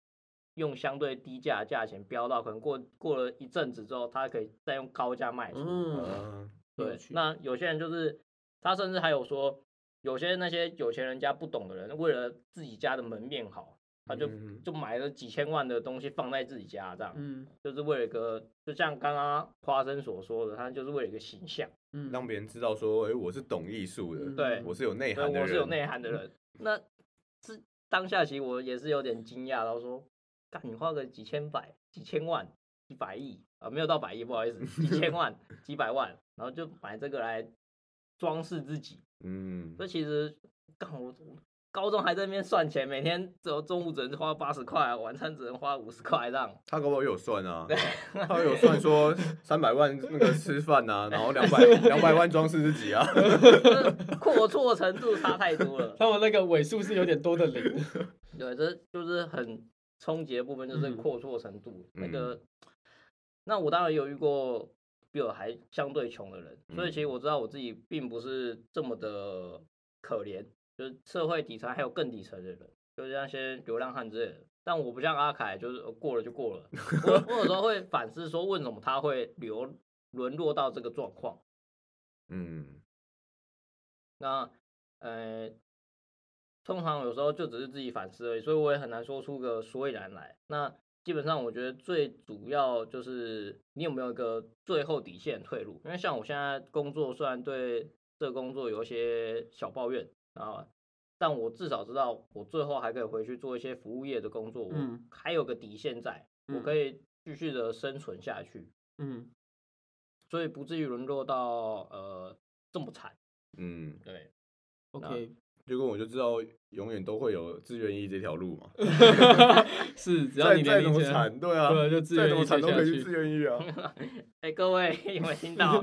用相对低价的价钱标到，可能过过了一阵子之后，它可以再用高价卖出。
嗯，
啊
对
有，趣
那有些人就是他甚至还有说，有些那些有钱人家不懂的人，为了自己家的门面好，他就、
嗯
就买了几千万的东西放在自己家，这样、
嗯
就是为了一个，就像刚刚花生所说的，他就是为了一个形象，
嗯，
让别人知道说，哎，我是懂艺术的，
嗯
对
我是有内
所
涵
以
的人，嗯
我是有内涵的人。那这当下其实我也是有点惊讶，然后说，干你花个几千百、几千万、几百亿啊、没有到百亿，不好意 思，几千万、几百万，然后就买这个来装饰自己。
嗯
这其实干我我高中还在那边算钱，每天只有中午只能花八十块，啊晚餐只能花五十块这样。
他搞不好也有算啊，他有算说三百万那个吃饭啊，然后两百两百万装饰自己啊，
就是 阔绰程度差太多了。
他们那个尾数是有点多的零，
对，这就是很冲击的部分，就是
嗯
阔绰程度、那
嗯
个。那我当然有遇过比我还相对穷的人，所以其实我知道我自己并不是这么的可怜，就是社会底层还有更底层的人，就是那些流浪汉之类的。但我不像阿凯，就是呃过了就过了。我我有时候会反思说，为什么他会流沦落到这个状况？
嗯，
那呃，通常有时候就只是自己反思而已，所以我也很难说出个所以然来。那基本上我觉得最主要就是你有没有一个最后底线退路，因为像我现在工作虽然对这个工作有一些小抱怨啊，但我至少知道我最后还可以回去做一些服务业的工作，我
嗯
还有个底线在， 我可
以，
以继续的生存下去，
嗯
所以不至于沦落到呃这么惨。
嗯，
对，
，OK，
结果我就知道永远都会有自愿意这条路嘛，
是只要
再
你
再
能
怎
理
么
解，
惨，对啊，
对就自
再
愿
怎
意
么惨
接
都
下
可以去
去
自。愿意啊。
哎、各位 有没有听到？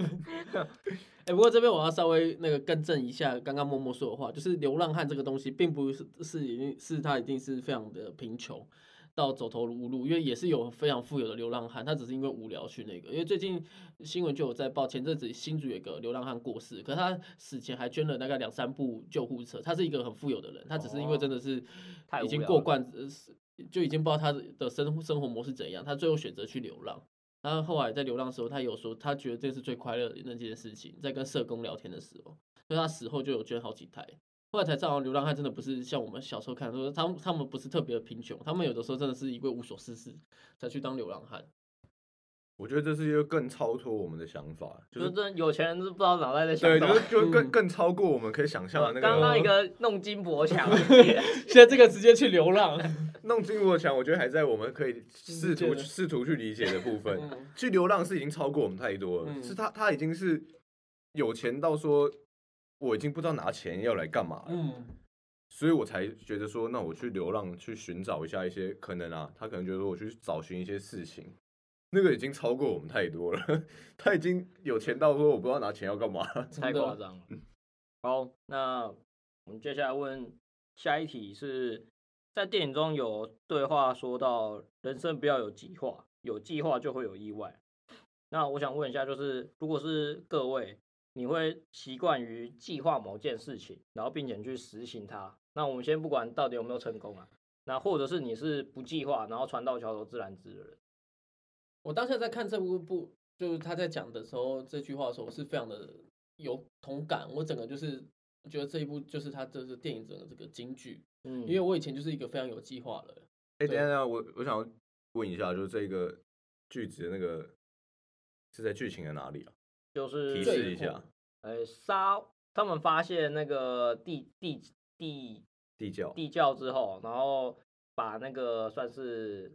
哎、不过这边我要稍微那个更正一下刚刚默默说的话，就是流浪汉这个东西，并不是是一定是他一定是非常的贫穷到走投无路，因为也是有非常富有的流浪汉，他只是因为无聊去那个。因为最近新闻就有在报，前阵子新竹有个流浪汉过世，可是他死前还捐了大概两三部救护车，他是一个很富有的人，他只是因为真的是
太
已
无
经
聊
过
了
惯，呃是就已经不知道他的生生活模式怎样，他最后选择去流浪。他后来在流浪的时候，他有说他觉得这是最快乐的那件事情，在跟社工聊天的时候，所以他死后就有捐好几台。后来才知道，流浪汉真的不是像我们小时候看的说，他们他们不是特别的贫穷，他们有的时候真的是因为无所事事才去当流浪汉。
我觉得这是一个更超脱我们的想法， 就
就是是这有钱人是不知道脑袋在想
对，
什
就
么。
是就更
嗯
更超过我们可以想象的那
刚刚那
个。嗯
个弄金箔 墙，
现在这个直接去流浪，
弄进我的墙，我觉得还在我们可以试
觉
图
得
试图去理解的部分。
嗯
去流浪是已经超过我们太多了，
嗯
是他他已经是有钱到说我已经不知道拿钱要来干嘛了，
嗯，
所以我才觉得说，那我去流浪去寻找一下一些可能啊，他可能觉得说我去找寻一些事情，那个已经超过我们太多了， 他已经有钱到说我不知道拿钱要干嘛了。
真
太
的
夸张了。啊好，那我们接下来问下一题是在电影中有对话说到人生不要有计划，有计划就会有意外。那我想问一下，就是如果是各位，你会习惯于计划某件事情，然后并且去实行它？那我们先不管到底有没有成功啊，那或者是你是不计划，然后船到桥头自然直的人，
我当下在看这部部，就是他在讲的时候，这句话的时候，我是非常的有同感。我整个就是觉得这一部就是他这是电影整个这个金句，
嗯，
因为我以前就是一个非常有计划的人。
哎、等一下等一下，我我想要问一下，就是这个句子的那个是在剧情的哪里啊？
就是
提
最
示一
后
下，
呃，沙他们发现那个地地地
地窖。
地窖之后，然后把那个算是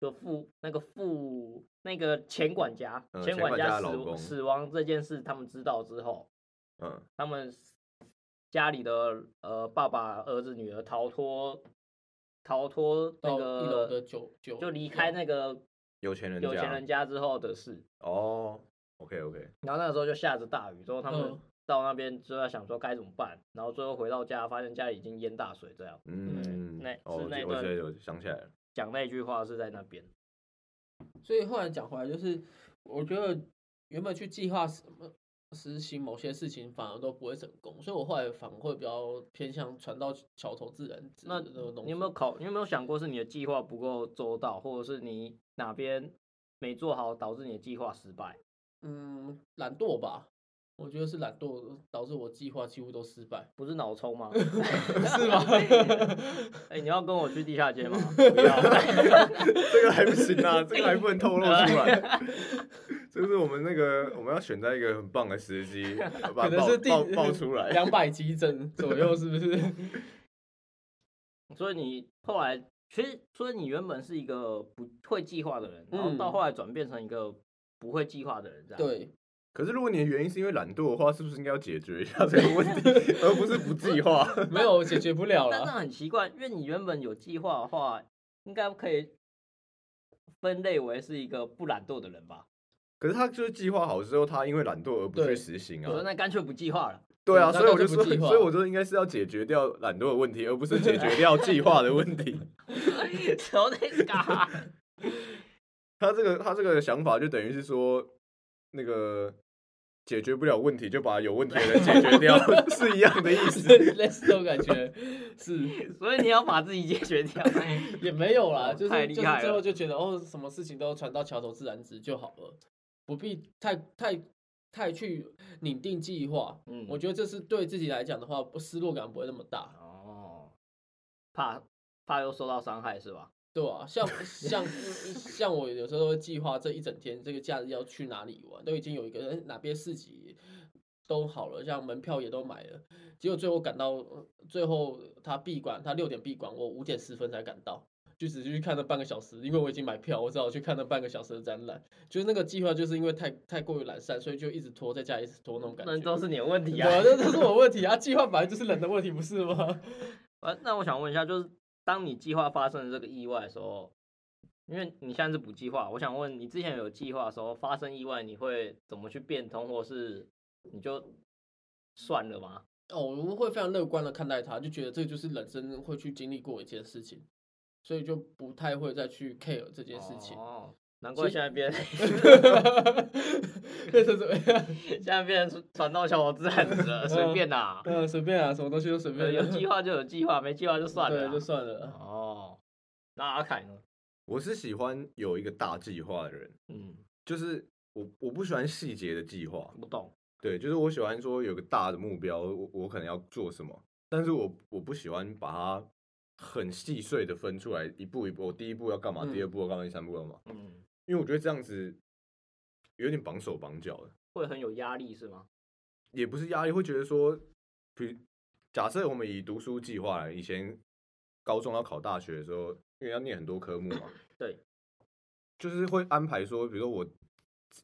就副那个副那个前管家、
嗯
前
前
管
管家
死
的老
亡
公
死亡这件事，他们知道之后，
嗯，
他们家里的呃爸爸、儿子、女儿逃脱逃脱那
到一楼
个
的酒酒
就离开那个
有钱人家，
有钱人家之后的事。
哦，OK OK，
然后那个时候就下着大雨，之后他们
嗯
到那边之后在想说该怎么办，然后最后回到家发现家里已经淹大水，这样
嗯，
那
哦，
是
我
那
记
一
我
段
现在有想起来了，
讲那句话是在那边，
所以后来讲回来，就是我觉得原本去计划什么实行某些事情，反而都不会成功。所以我后来反而会比较偏向船到桥头自然直
那
的那个东西。
你有没有考？你有没有想过是你的计划不够周到，或者是你哪边没做好，导致你的计划失败？
嗯懒惰吧？我觉得是懒惰导致我计划几乎都失败。
不是脑充吗？
是吗？
哎、你要跟我去地下街吗？不要。
这个还不行啊，这个还不能透露出来。 就是我们那个，我们要选在一个很棒的时机，把
可能
爆
是
爆
第
爆出来。
两百集整左右，是不是？
所以你后来其实，所以你原本是一个不会计划的人，然后到
嗯
后来转变成一个不会计划的人，这样。
对，
可是如果你的原因是因为懒惰的话，是不是应该要解决一下这个问题，而不是不计划？
没有解决不了
但这
了。
样很奇怪，因为你原本有计划的话，应该可以分类为是一个不懒惰的人吧？
可是他就是计划好之后，他因为懒惰而不
对
去实行
我说
嗯
啊。
那干脆不计划了。
对啊，
那
所以我
那
就
就
说，
不计划
所以我就应该是要解决掉懒惰的问题，而不是解决掉计划的问题。
手在嘎，
他这个他这个想法就等于是说，那个解决不了问题，就把有问题的人解决掉，是一样的意思。
类似这种感觉，是
所以你要把自己解决 掉。
也没有啦，
哦
就是
太厉
就是
害
最
了
后就觉得哦，什么事情都船到桥头自然直就好了，不必太太太去拟定计划。
嗯
我觉得这是对自己来讲的话，不失落感不会那么大，
哦，怕怕又受到伤害是吧？
对吧、像像嗯像我有时候会计划这一整天这个假日要去哪里玩，都已经有一个哎哪边市集都好了，像门票也都买了，结果最后赶到最后他闭馆，他六点闭馆，我五点十分才赶到。就只是去看那半个小时，因为我已经买票，我只好去看那半个小时的展览。就是那个计划，就是因为太太过于懒散，所以就一直拖在家，一直拖那种感
那
觉。
都是你的问题啊。
我这这是我问题啊！计划本来就是人的问题，不是吗？
呃，那我想问一下，就是当你计划发生了这个意外的时候，因为你现在是不计划，我想问你之前有计划的时候发生意外，你会怎么去变通，或是你就算了吗？
哦，我们会非常乐观的看待它，就觉得这就是人生会去经历过一件事情，所以就不太会再去 care 这件事情。
哦，难怪
其
现在变，
变成怎么样？
现在变成传道小伙子很了，随便啦、
嗯，随便啊，什么东西都随
呃
便。
有计划就有计划，没计划就算了
对，
啦。
就算了。啊
哦，那阿凯呢？
我是喜欢有一个大计划的人，
嗯，
就是我我不喜欢细节的计划，
不懂。
对，就是我喜欢说有个大的目标，我我可能要做什么，但是我我不喜欢把它很细碎的分出来，一步一步，我第一步要干嘛，第
嗯
二步要干嘛，第三步要干嘛，
嗯，
因为我觉得这样子有点绑手绑脚的，
会很有压力是吗？，
也不是压力，会觉得说，比如假设我们以读书计划来，以前高中要考大学的时候，因为要念很多科目嘛
对，
就是会安排说，比如说我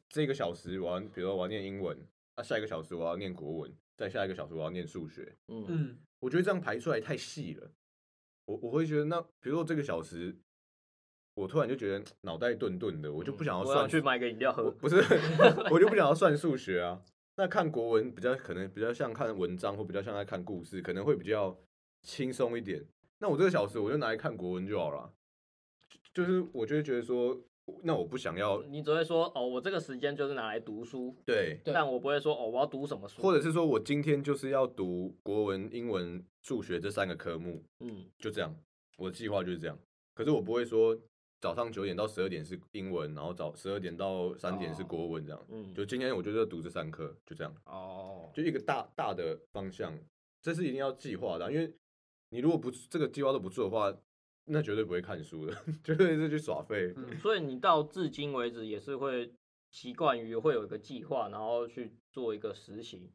这个小时我要，比如说我要念英文，那、下一个小时我要念国文，再下一个小时我要念数学，
嗯，
嗯，
我觉得这样排出来太细了，我我会觉得那，比如说这个小时。我突然就觉得脑袋顿顿的，我就不想要
嗯我
算
想去买个饮料
我
喝。
不是， 我就不想要算数学啊。那看国文比较可能比较像看文章，或比较像在看故事，可能会比较轻松一点。那我这个小时我就拿来看国文就好了。就就是我就会觉得说，那我不想要
你只会说哦，我这个时间就是拿来读书，
对，
对
但我不会说哦，我要读什么书，
或者是说我今天就是要读国文、英文、数学这三个科目，
嗯
就这样。我的计划就是这样。可是我不会说早上九点到十二点是英文，然后早十二点到三点是
哦
国文这样。
嗯，
就今天我就是要读这三科，就这样。
哦，
就一个大大的方向，这是一定要计划的啊、因为你如果不这个计划都不做的话，那绝对不会看书的， 绝对是去耍废。
嗯
所以你到至今为止也是会习惯于会有一个计划，然后去做一个实行，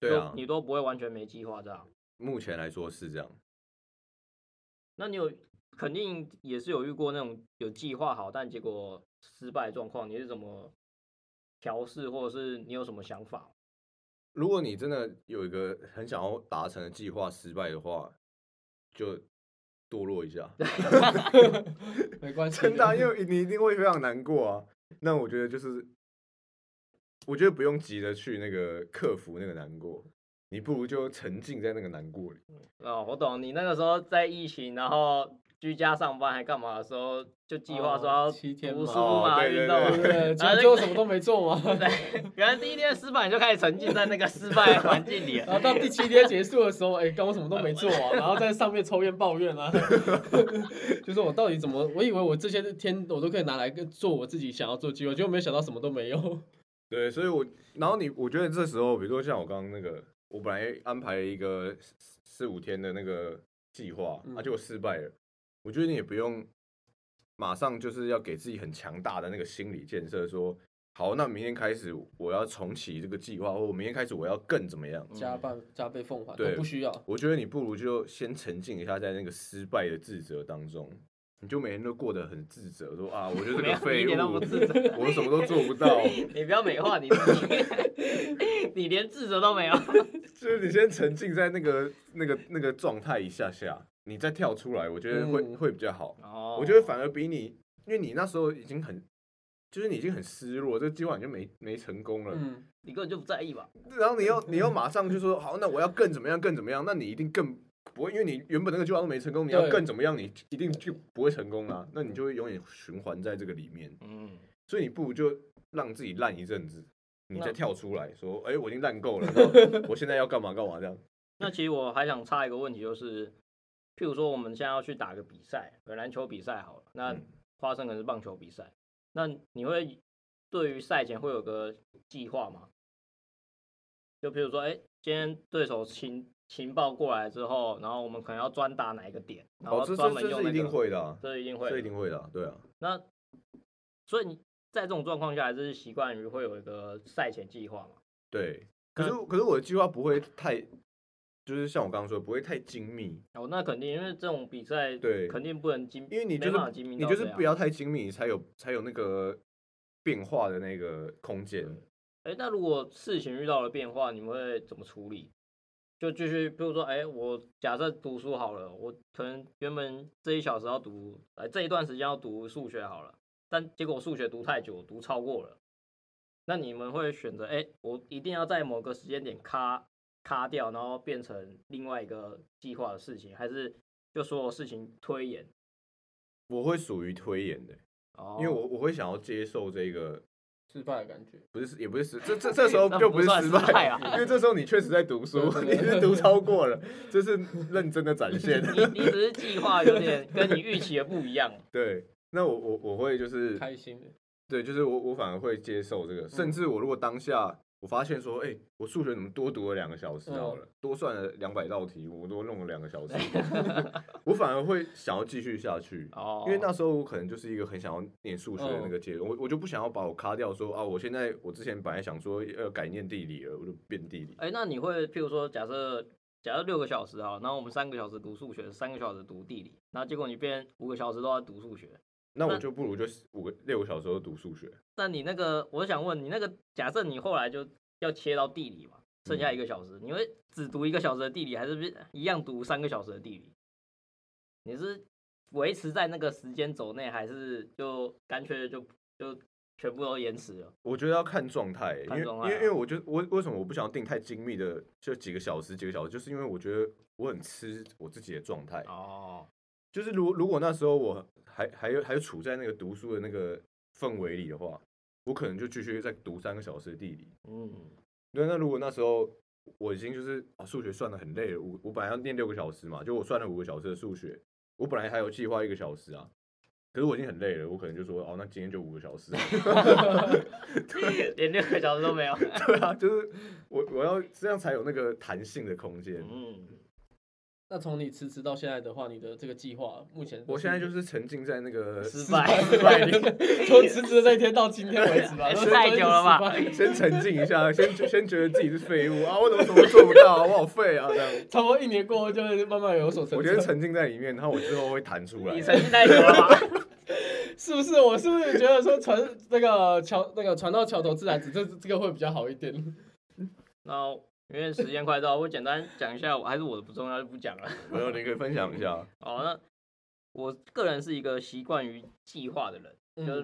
对啊
就，你都不会完全没计划这样。
目前来说是这样。
那你有肯定也是有遇过那种有计划好，但结果失败的状况，你是怎么调试，或者是你有什么想法？
如果你真的有一个很想要达成的计划失败的话，就堕落一下，
没关系。
真的啊、因为你一定会非常难过啊。那我觉得就是，我觉得不用急着去那个克服那个难过，你不如就沉浸在那个难过里。
哦，我懂，你那个时候在疫情，然后居家上班还干嘛的时候，就计划说
哦
要
七天
读
嘛
书
哦
嘛、
对对
运动啊嘛
对
对， 对结果最后什么都没做 嘛。
对，原来第一天失败你就开始沉浸在那个失败的环境里
然后
了。
到第七天结束的时候，哎、刚我什么都没做啊，然后在上面抽烟抱怨 啊，就说我到底怎么，我以为我这些天我都可以拿来跟做我自己想要做计划，结果没有想到什么都没有。
对，所以我，然后你，我觉得这时候，比如说像我刚刚那个，我本来安排了一个四四五天的那个计划，
嗯
啊，结果失败了。我觉得你也不用马上就是要给自己很强大的那个心理建设，说好，那明天开始我要重启这个计划，或我明天开始我要更怎么样。
加倍加倍奉还，
对
都不需要。
我觉得你不如就先沉浸一下在那个失败的自责当中，你就每天都过得很自责，说啊，我就是
没有
个
你一
废
点都
物
不自责，
我什么都做不到。
你不要美化你自己， 你连自责都没有。
就是你先沉浸在那个那个那个状态一下下，你再跳出来，我觉得会、
嗯
会比较好。
哦
我觉得反而比你，因为你那时候已经很，就是你已经很失落，这个计划你就没没成功了。
嗯，
你根本就不在意吧？
然后你又你又马上就说好，那我要更怎么样更怎么样，那你一定更不会，因为你原本那个计划都没成功，你要
对
更怎么样，你一定就不会成功啦、那你就会永远循环在这个里面。
嗯，
所以你不如就让自己烂一阵子，你
那
再跳出来说，哎、我已经烂够 了，那我现在要干嘛干嘛这样。
那其实我还想插一个问题，就是，譬如说我们现在要去打个比赛，呃篮球比赛好了，那
嗯
花生可能是棒球比赛，那你会对于赛前会有个计划吗？就譬如说，哎、今天对手情情报过来之后，然后我们可能要专打哪一个点，然
哦
后，
这
专
这
门
这
用
是
那
一定
个
会的啊、
这一定会，
这一定会的啊、对啊，
那所以你在这种状况下，还是习惯于会有一个赛前计划嘛？
对。可
那
是可是我的计划不会太就是像我刚刚说，不会太精密，
哦，那肯定，因为这种比赛
对
肯定不能精，
因为你就
没办法
是
精密
你
到
就是
这样
不要太精密，你才有才有那个变化的那个空间。
哎，那如果事情遇到了变化，你们会怎么处理？就继续，比如说，哎，我假设读书好了，我可能原本这一小时要读，哎，这一段时间要读数学好了，但结果数学读太久，读超过了，那你们会选择，哎，我一定要在某个时间点卡卡掉，然后变成另外一个计划的事情，还是就所有事情推演？
我会属于推演的，
哦，
因为我我会想要接受这个，
失败的感觉。
不是也不是失，这 这这时候
那
就
不
是
算
失
失败
败
啊
因为这时候你确实在 读书，
对
你
对对
是读超过了，这是认真的展现。
你你只是计划有点跟你预期的不一样，
对，那我我我会就是
开心的，
对，就是我我反而会接受这个，甚至我如果当下我发现说，哎、我数学怎么多读了两个小时好了，多算了两百道题，我多弄了两个小时，我反而会想要继续下去。
哦，
因为那时候我可能就是一个很想要念数学的那
嗯
个阶段，我我就不想要把我卡掉说啊，我现在我之前本来想说要改念地理了，我就变地理。
哎、那你会，譬如说假，设假设六个小时啊，然后我们三个小时读数学，三个小时读地理，然后结果你变五个小时都在读数学，
那我
那
就不如就是五个六个小时都读数学，
那你那个，我想问你那个，假设你后来就要切到地理嘛，剩下一个小时，你会只读一个小时的地理，还是不是一样读三个小时的地理？你是维持在那个时间轴内，还是就干脆就就全部都延迟了？
我觉得要看状态、欸因
看
为
状
因
态
为
啊
因为我觉得我为什么我不想定太精密的，就几个小时几个小时，就是因为我觉得我很吃我自己的状态。
哦，
就是如如果那时候我还还有还有处在那个读书的那个氛围里的话，我可能就继续再读三个小时的地理。
嗯，
那那如果那时候我已经就是啊数学算的很累了，我我本来要念六个小时嘛，就我算了五个小时的数学，我本来还有计划一个小时啊，可是我已经很累了，我可能就说哦，那今天就五个小时。
连六个小时都没有。
对啊，就是我我要这样才有那个弹性的空间。
嗯，
那从你辞职到现在的话，你的这个计划目前，
我现在就是沉浸在那个
失败，
失败里，
从辞职的那一天到今天为止吧，
哎
都
太久了吧？
都一直失败
先沉浸一下，先先觉得自己是废物啊，我怎么什么都做不到啊，我好废啊这样。
差不多一年过后就会慢慢有所成
我觉得
长。
沉浸在里面，然后我之后会弹出来
你。沉浸太久了吧？
是不是？我是不是觉得说船那个桥那个船到桥头自然直，这这个会比较好一点？
那因为时间快到，我简单讲一下，我还是我的不重要就不讲了。
没有，你可以分享一下。
好，那我个人是一个习惯于计划的人，就是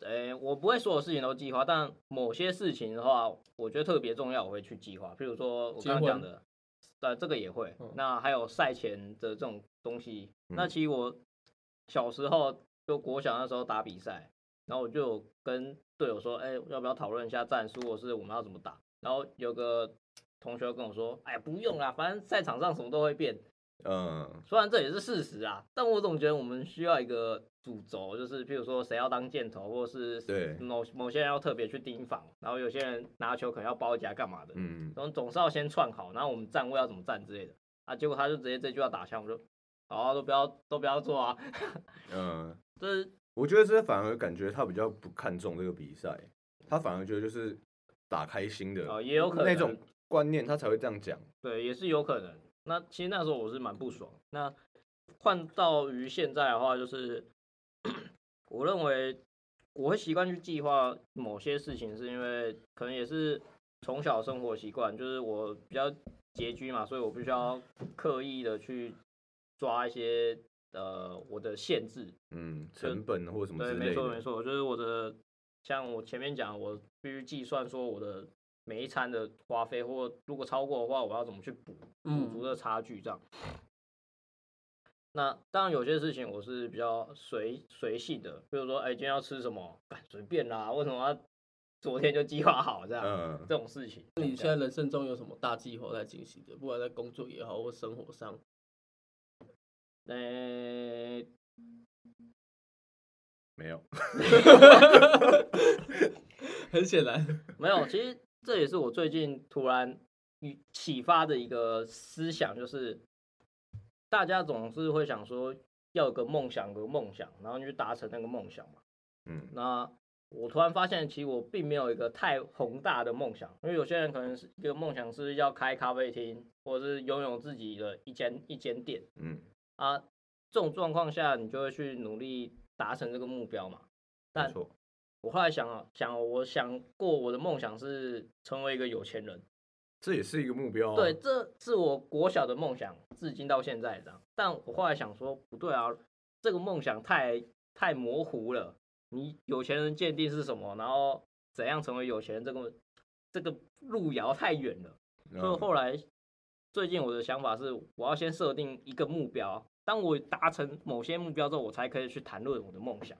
嗯，，
诶、我不会所有事情都计划，但某些事情的话，我觉得特别重要，我会去计划。譬如说我
结
刚刚讲
婚
的，呃，这个也会。
嗯
那还有赛前的这种东西，那
嗯
其实我小时候就国小那时候打比赛，然后我就有跟队友说，哎、要不要讨论一下战术，或是我们要怎么打？然后有个同学跟我说，哎，不用啦，反正赛场上什么都会变。
嗯，
虽然这也是事实啊，但我总觉得我们需要一个主轴，就是譬如说谁要当箭头，或是
对
某某些人要特别去盯防，然后有些人拿球可能要包夹干嘛的，
嗯，
总总是要先串好，然后我们站位要怎么站之类的啊。结果他就直接这句话打枪，我就好、啊、都不要都不要做啊，
嗯，
这是
我觉得这反而感觉他比较不看重这个比赛，他反而觉得就是打开心的
哦也有可能
那种观念，他才会这样讲。
对，也是有可能。那其实那时候我是蛮不爽。那换到于现在的话，就是我认为我会习惯去计划某些事情，是因为可能也是从小生活习惯，就是我比较拮据嘛，所以我必须要刻意的去抓一些呃我的限制。
嗯，成本或者什么
对，
之类的。
没错没错，就是我的，像我前面讲，我必须计算说我的每一餐的花费，或如果超过的话，我要怎么去补补
嗯
足这个差距这样。那当然有些事情我是比较随随性的，比如说哎、今天要吃什么，干随便啦，为什么要 昨天就计划好这样、
嗯，
这种事情？
你现在人生中有什么大计划在进行的？不管在工作也好，或生活上，
呃，
没有。
很显然，
没有，其实这也是我最近突然与启发的一个思想，就是大家总是会想说要有个梦想，有个梦想，然后你去达成那个梦想嘛。
嗯
那我突然发现，其实我并没有一个太宏大的梦想，因为有些人可能是一个梦想是要开咖啡厅，或者是拥有自己的一间一间店
嗯，
啊。这种状况下，你就会去努力达成这个目标嘛。
没
但
错，
我后来想啊想啊，我想过我的梦想是成为一个有钱人，
这也是一个目标、啊。
对，，这是我国小的梦想，至今到现在这样。但我后来想说，不对啊，这个梦想太太模糊了。你有钱人鉴定是什么？然后怎样成为有钱人？这个这个路遥太远了。所以
嗯、
后来最近我的想法是，我要先设定一个目标。当我达成某些目标之后，我才可以去谈论我的梦想。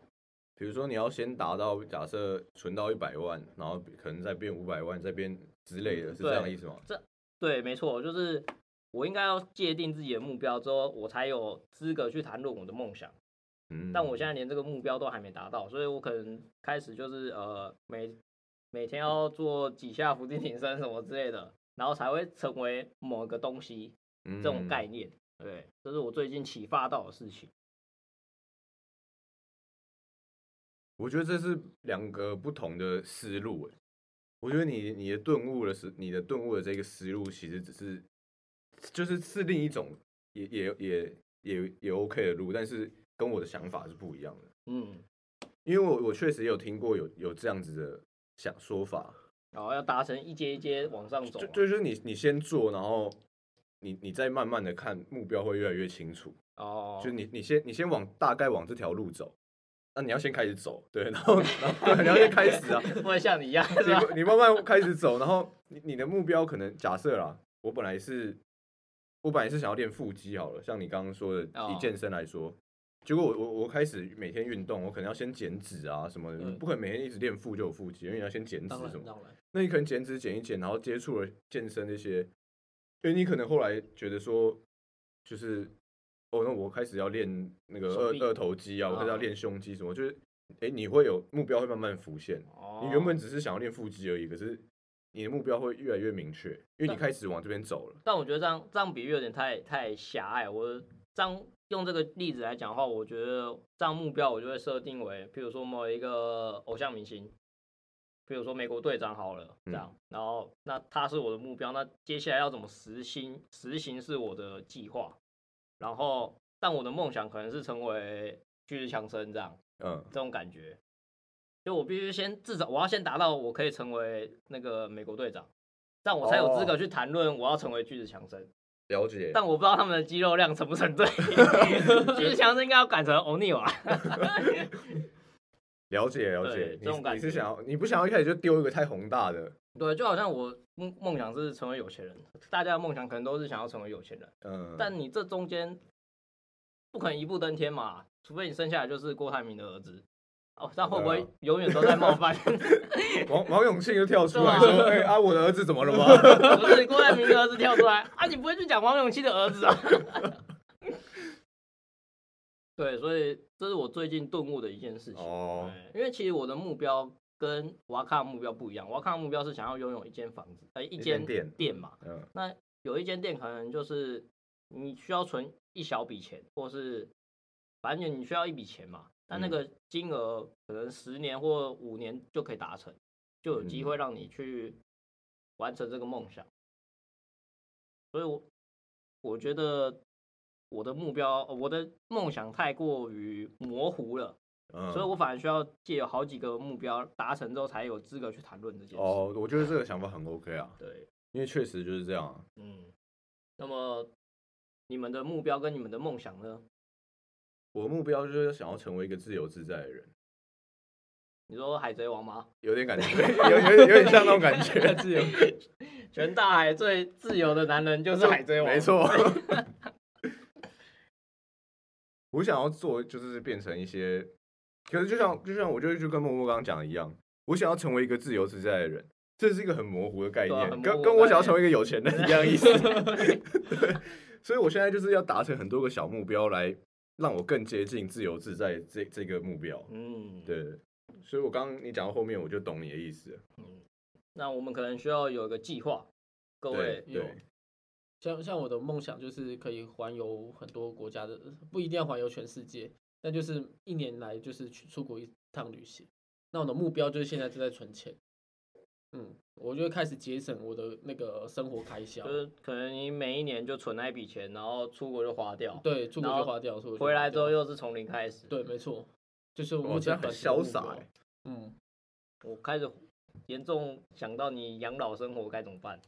比如说你要先达到，假设存到一百万，然后可能再变五百万，再变之类的，是这样的意思吗？
对，没错，就是我应该要界定自己的目标之后，我才有资格去谈论我的梦想。
嗯，
但我现在连这个目标都还没达到，所以我可能开始就是呃每每天要做几下伏地挺身什么之类的，然后才会成为某个东西
这
这种
嗯
概念。对，这是我最近启发到的事情。
我觉得这是两个不同的思路诶。我觉得你你的顿悟的是你的顿悟的这个思路，其实只是就是是另一种也也也也也 OK 的路，但是跟我的想法是不一样的。
嗯，
因为我我确实也有听过有有这样子的想说法，
然后要达成一阶一阶往上走
就
嘛。
就是你你先做，然后你你再慢慢的看目标会越来越清楚。
哦，
就你你先你先往大概往这条路走，那、你要先开始走，对，然后然后对你要先开始啊，
不会像你一样是啊吧？
你你慢慢开始走，然后你你的目标可能假设啦，我本来是我本来是想要练腹肌好了，像你刚刚说的，
哦
以健身来说，结果我我我开始每天运动，我可能要先减脂啊什么的，你
嗯
不可能每天一直练腹就有腹肌，因为你要先减脂
当然
什么，
当然，
那你可能减脂减一减，然后接触了健身这些，因为你可能后来觉得说，就是哦，那我开始要练那个
手臂
二二头肌啊，我开始要
哦
练胸肌什么，就是哎、你会有目标会慢慢浮现。
哦，
你原本只是想要练腹肌而已，可是你的目标会越来越明确，因为你
但
开始往这边走了。
但我觉得这样这样比喻有点太太狭隘。我这样用这个例子来讲的话，我觉得这样目标我就会设定为，譬如说某一个偶像明星，比如说美国队长好了，这样，然后那他是我的目标，那接下来要怎么实行？实行是我的计划，然后但我的梦想可能是成为巨石强森这样
嗯，
这种感觉。就我必须先至少我要先达到我可以成为那个美国队长，这样我才有资
哦
格去谈论我要成为巨石强森。
了解
但我不知道他们的肌肉量成不成 对。其实强森应该要改成啊欧尼瓦。
了解了
对
解。
这
你
种
是
感
你是
觉
想要，你不想要一开始就丢一个太宏大的，
对，就好像我梦梦想是成为有钱人，大家的梦想可能都是想要成为有钱人，
嗯，
但你这中间不可能一步登天嘛，除非你生下来就是郭台铭的儿子。哦，那会不
对
会
啊
永远都在冒犯？
王王永庆就跳出来
对啊
说：“哎、啊，我的儿子怎么了吗
不是郭台铭的儿子跳出来啊！你不会去讲王永庆的儿子啊？ 对，所以这是我最近顿悟的一件事？”情。
哦，
对，因为其实我的目标跟瓦卡的目标不一样，瓦卡的目标是想要拥有一间房子，呃，一
间
间
店
嘛。
嗯，
那有一间店可能就是你需要存一小笔钱，或是反正你需要一笔钱嘛，但那
嗯
个金额可能十年或五年就可以达成，就有机
嗯
会让你去完成这个梦想。所以我我觉得我的目标，呃我的梦想太过于模糊了。
嗯
所以我反而需要借有好几个目标达成之后，才有资格去谈论这件事。
哦，我觉得这个想法很 OK 啊，
对，
因为确实就是这样啊。
嗯。那么你们的目标跟你们的梦想呢？
我的目标就是想要成为一个自由自在的人，
你说海贼王吗？
有点感觉，有有有点像那种感 觉，
自由。
全大海最自由的男人就是海贼王，
没。错。我想要做就是变成一些，可是就像就像我就就跟默默刚刚讲的一样，我想要成为一个自由自在的人，这是一个很模糊的概
对啊
念，
很模糊
跟
的
跟我想要
概念
成为一个有钱人一 样意思。对，所以我现在就是要达成很多个小目标，来让我更接近自由自在这这个目标。
嗯，。
对，所以我刚刚你讲到后面，我就懂你的意思了。
那我们可能需要有一个计划，各位
对。对
有，像像我的梦想就是可以环游很多国家的，不一定要环游全世界，但就是一年来就是去出国一趟旅行。那我的目标就是现在正在存钱，嗯，我就会开始节省我的那个生活开销
就，是可能你每一年就存那一笔钱，然后出国就花掉，
对，出国
然
就
后
花掉，出国就
回
花
来之后
掉
又是从零开始。
对，没错，就是我
哇
目
这
前
样
短
很
期的
潇
目
洒
标
欸
嗯，
我开始严重想到你养老生活该怎么办。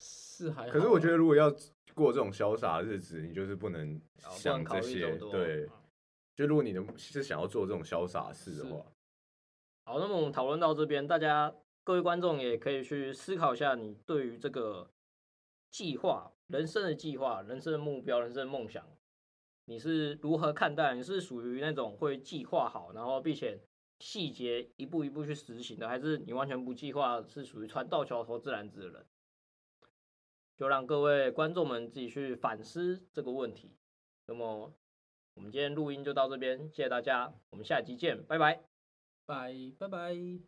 是还好啊，
可是我觉得，如果要过这种潇洒的日子，你就是不能
然后不
想
能考
这
虑这
些。
么多。
对，就如果你的是想要做这种潇洒事的
是
话，
好，那么我们讨论到这边，大家各位观众也可以去思考一下，你对于这个计划、人生的计划、人生的目标、人生的梦想，你是如何看待？你是属于那种会计划好，然后并且细节一步一步去实行的，还是你完全不计划，是属于船到桥头自然直的人？就让各位观众们自己去反思这个问题。那么我们今天录音就到这边，谢谢大家，我们下集见，拜拜。
拜拜拜。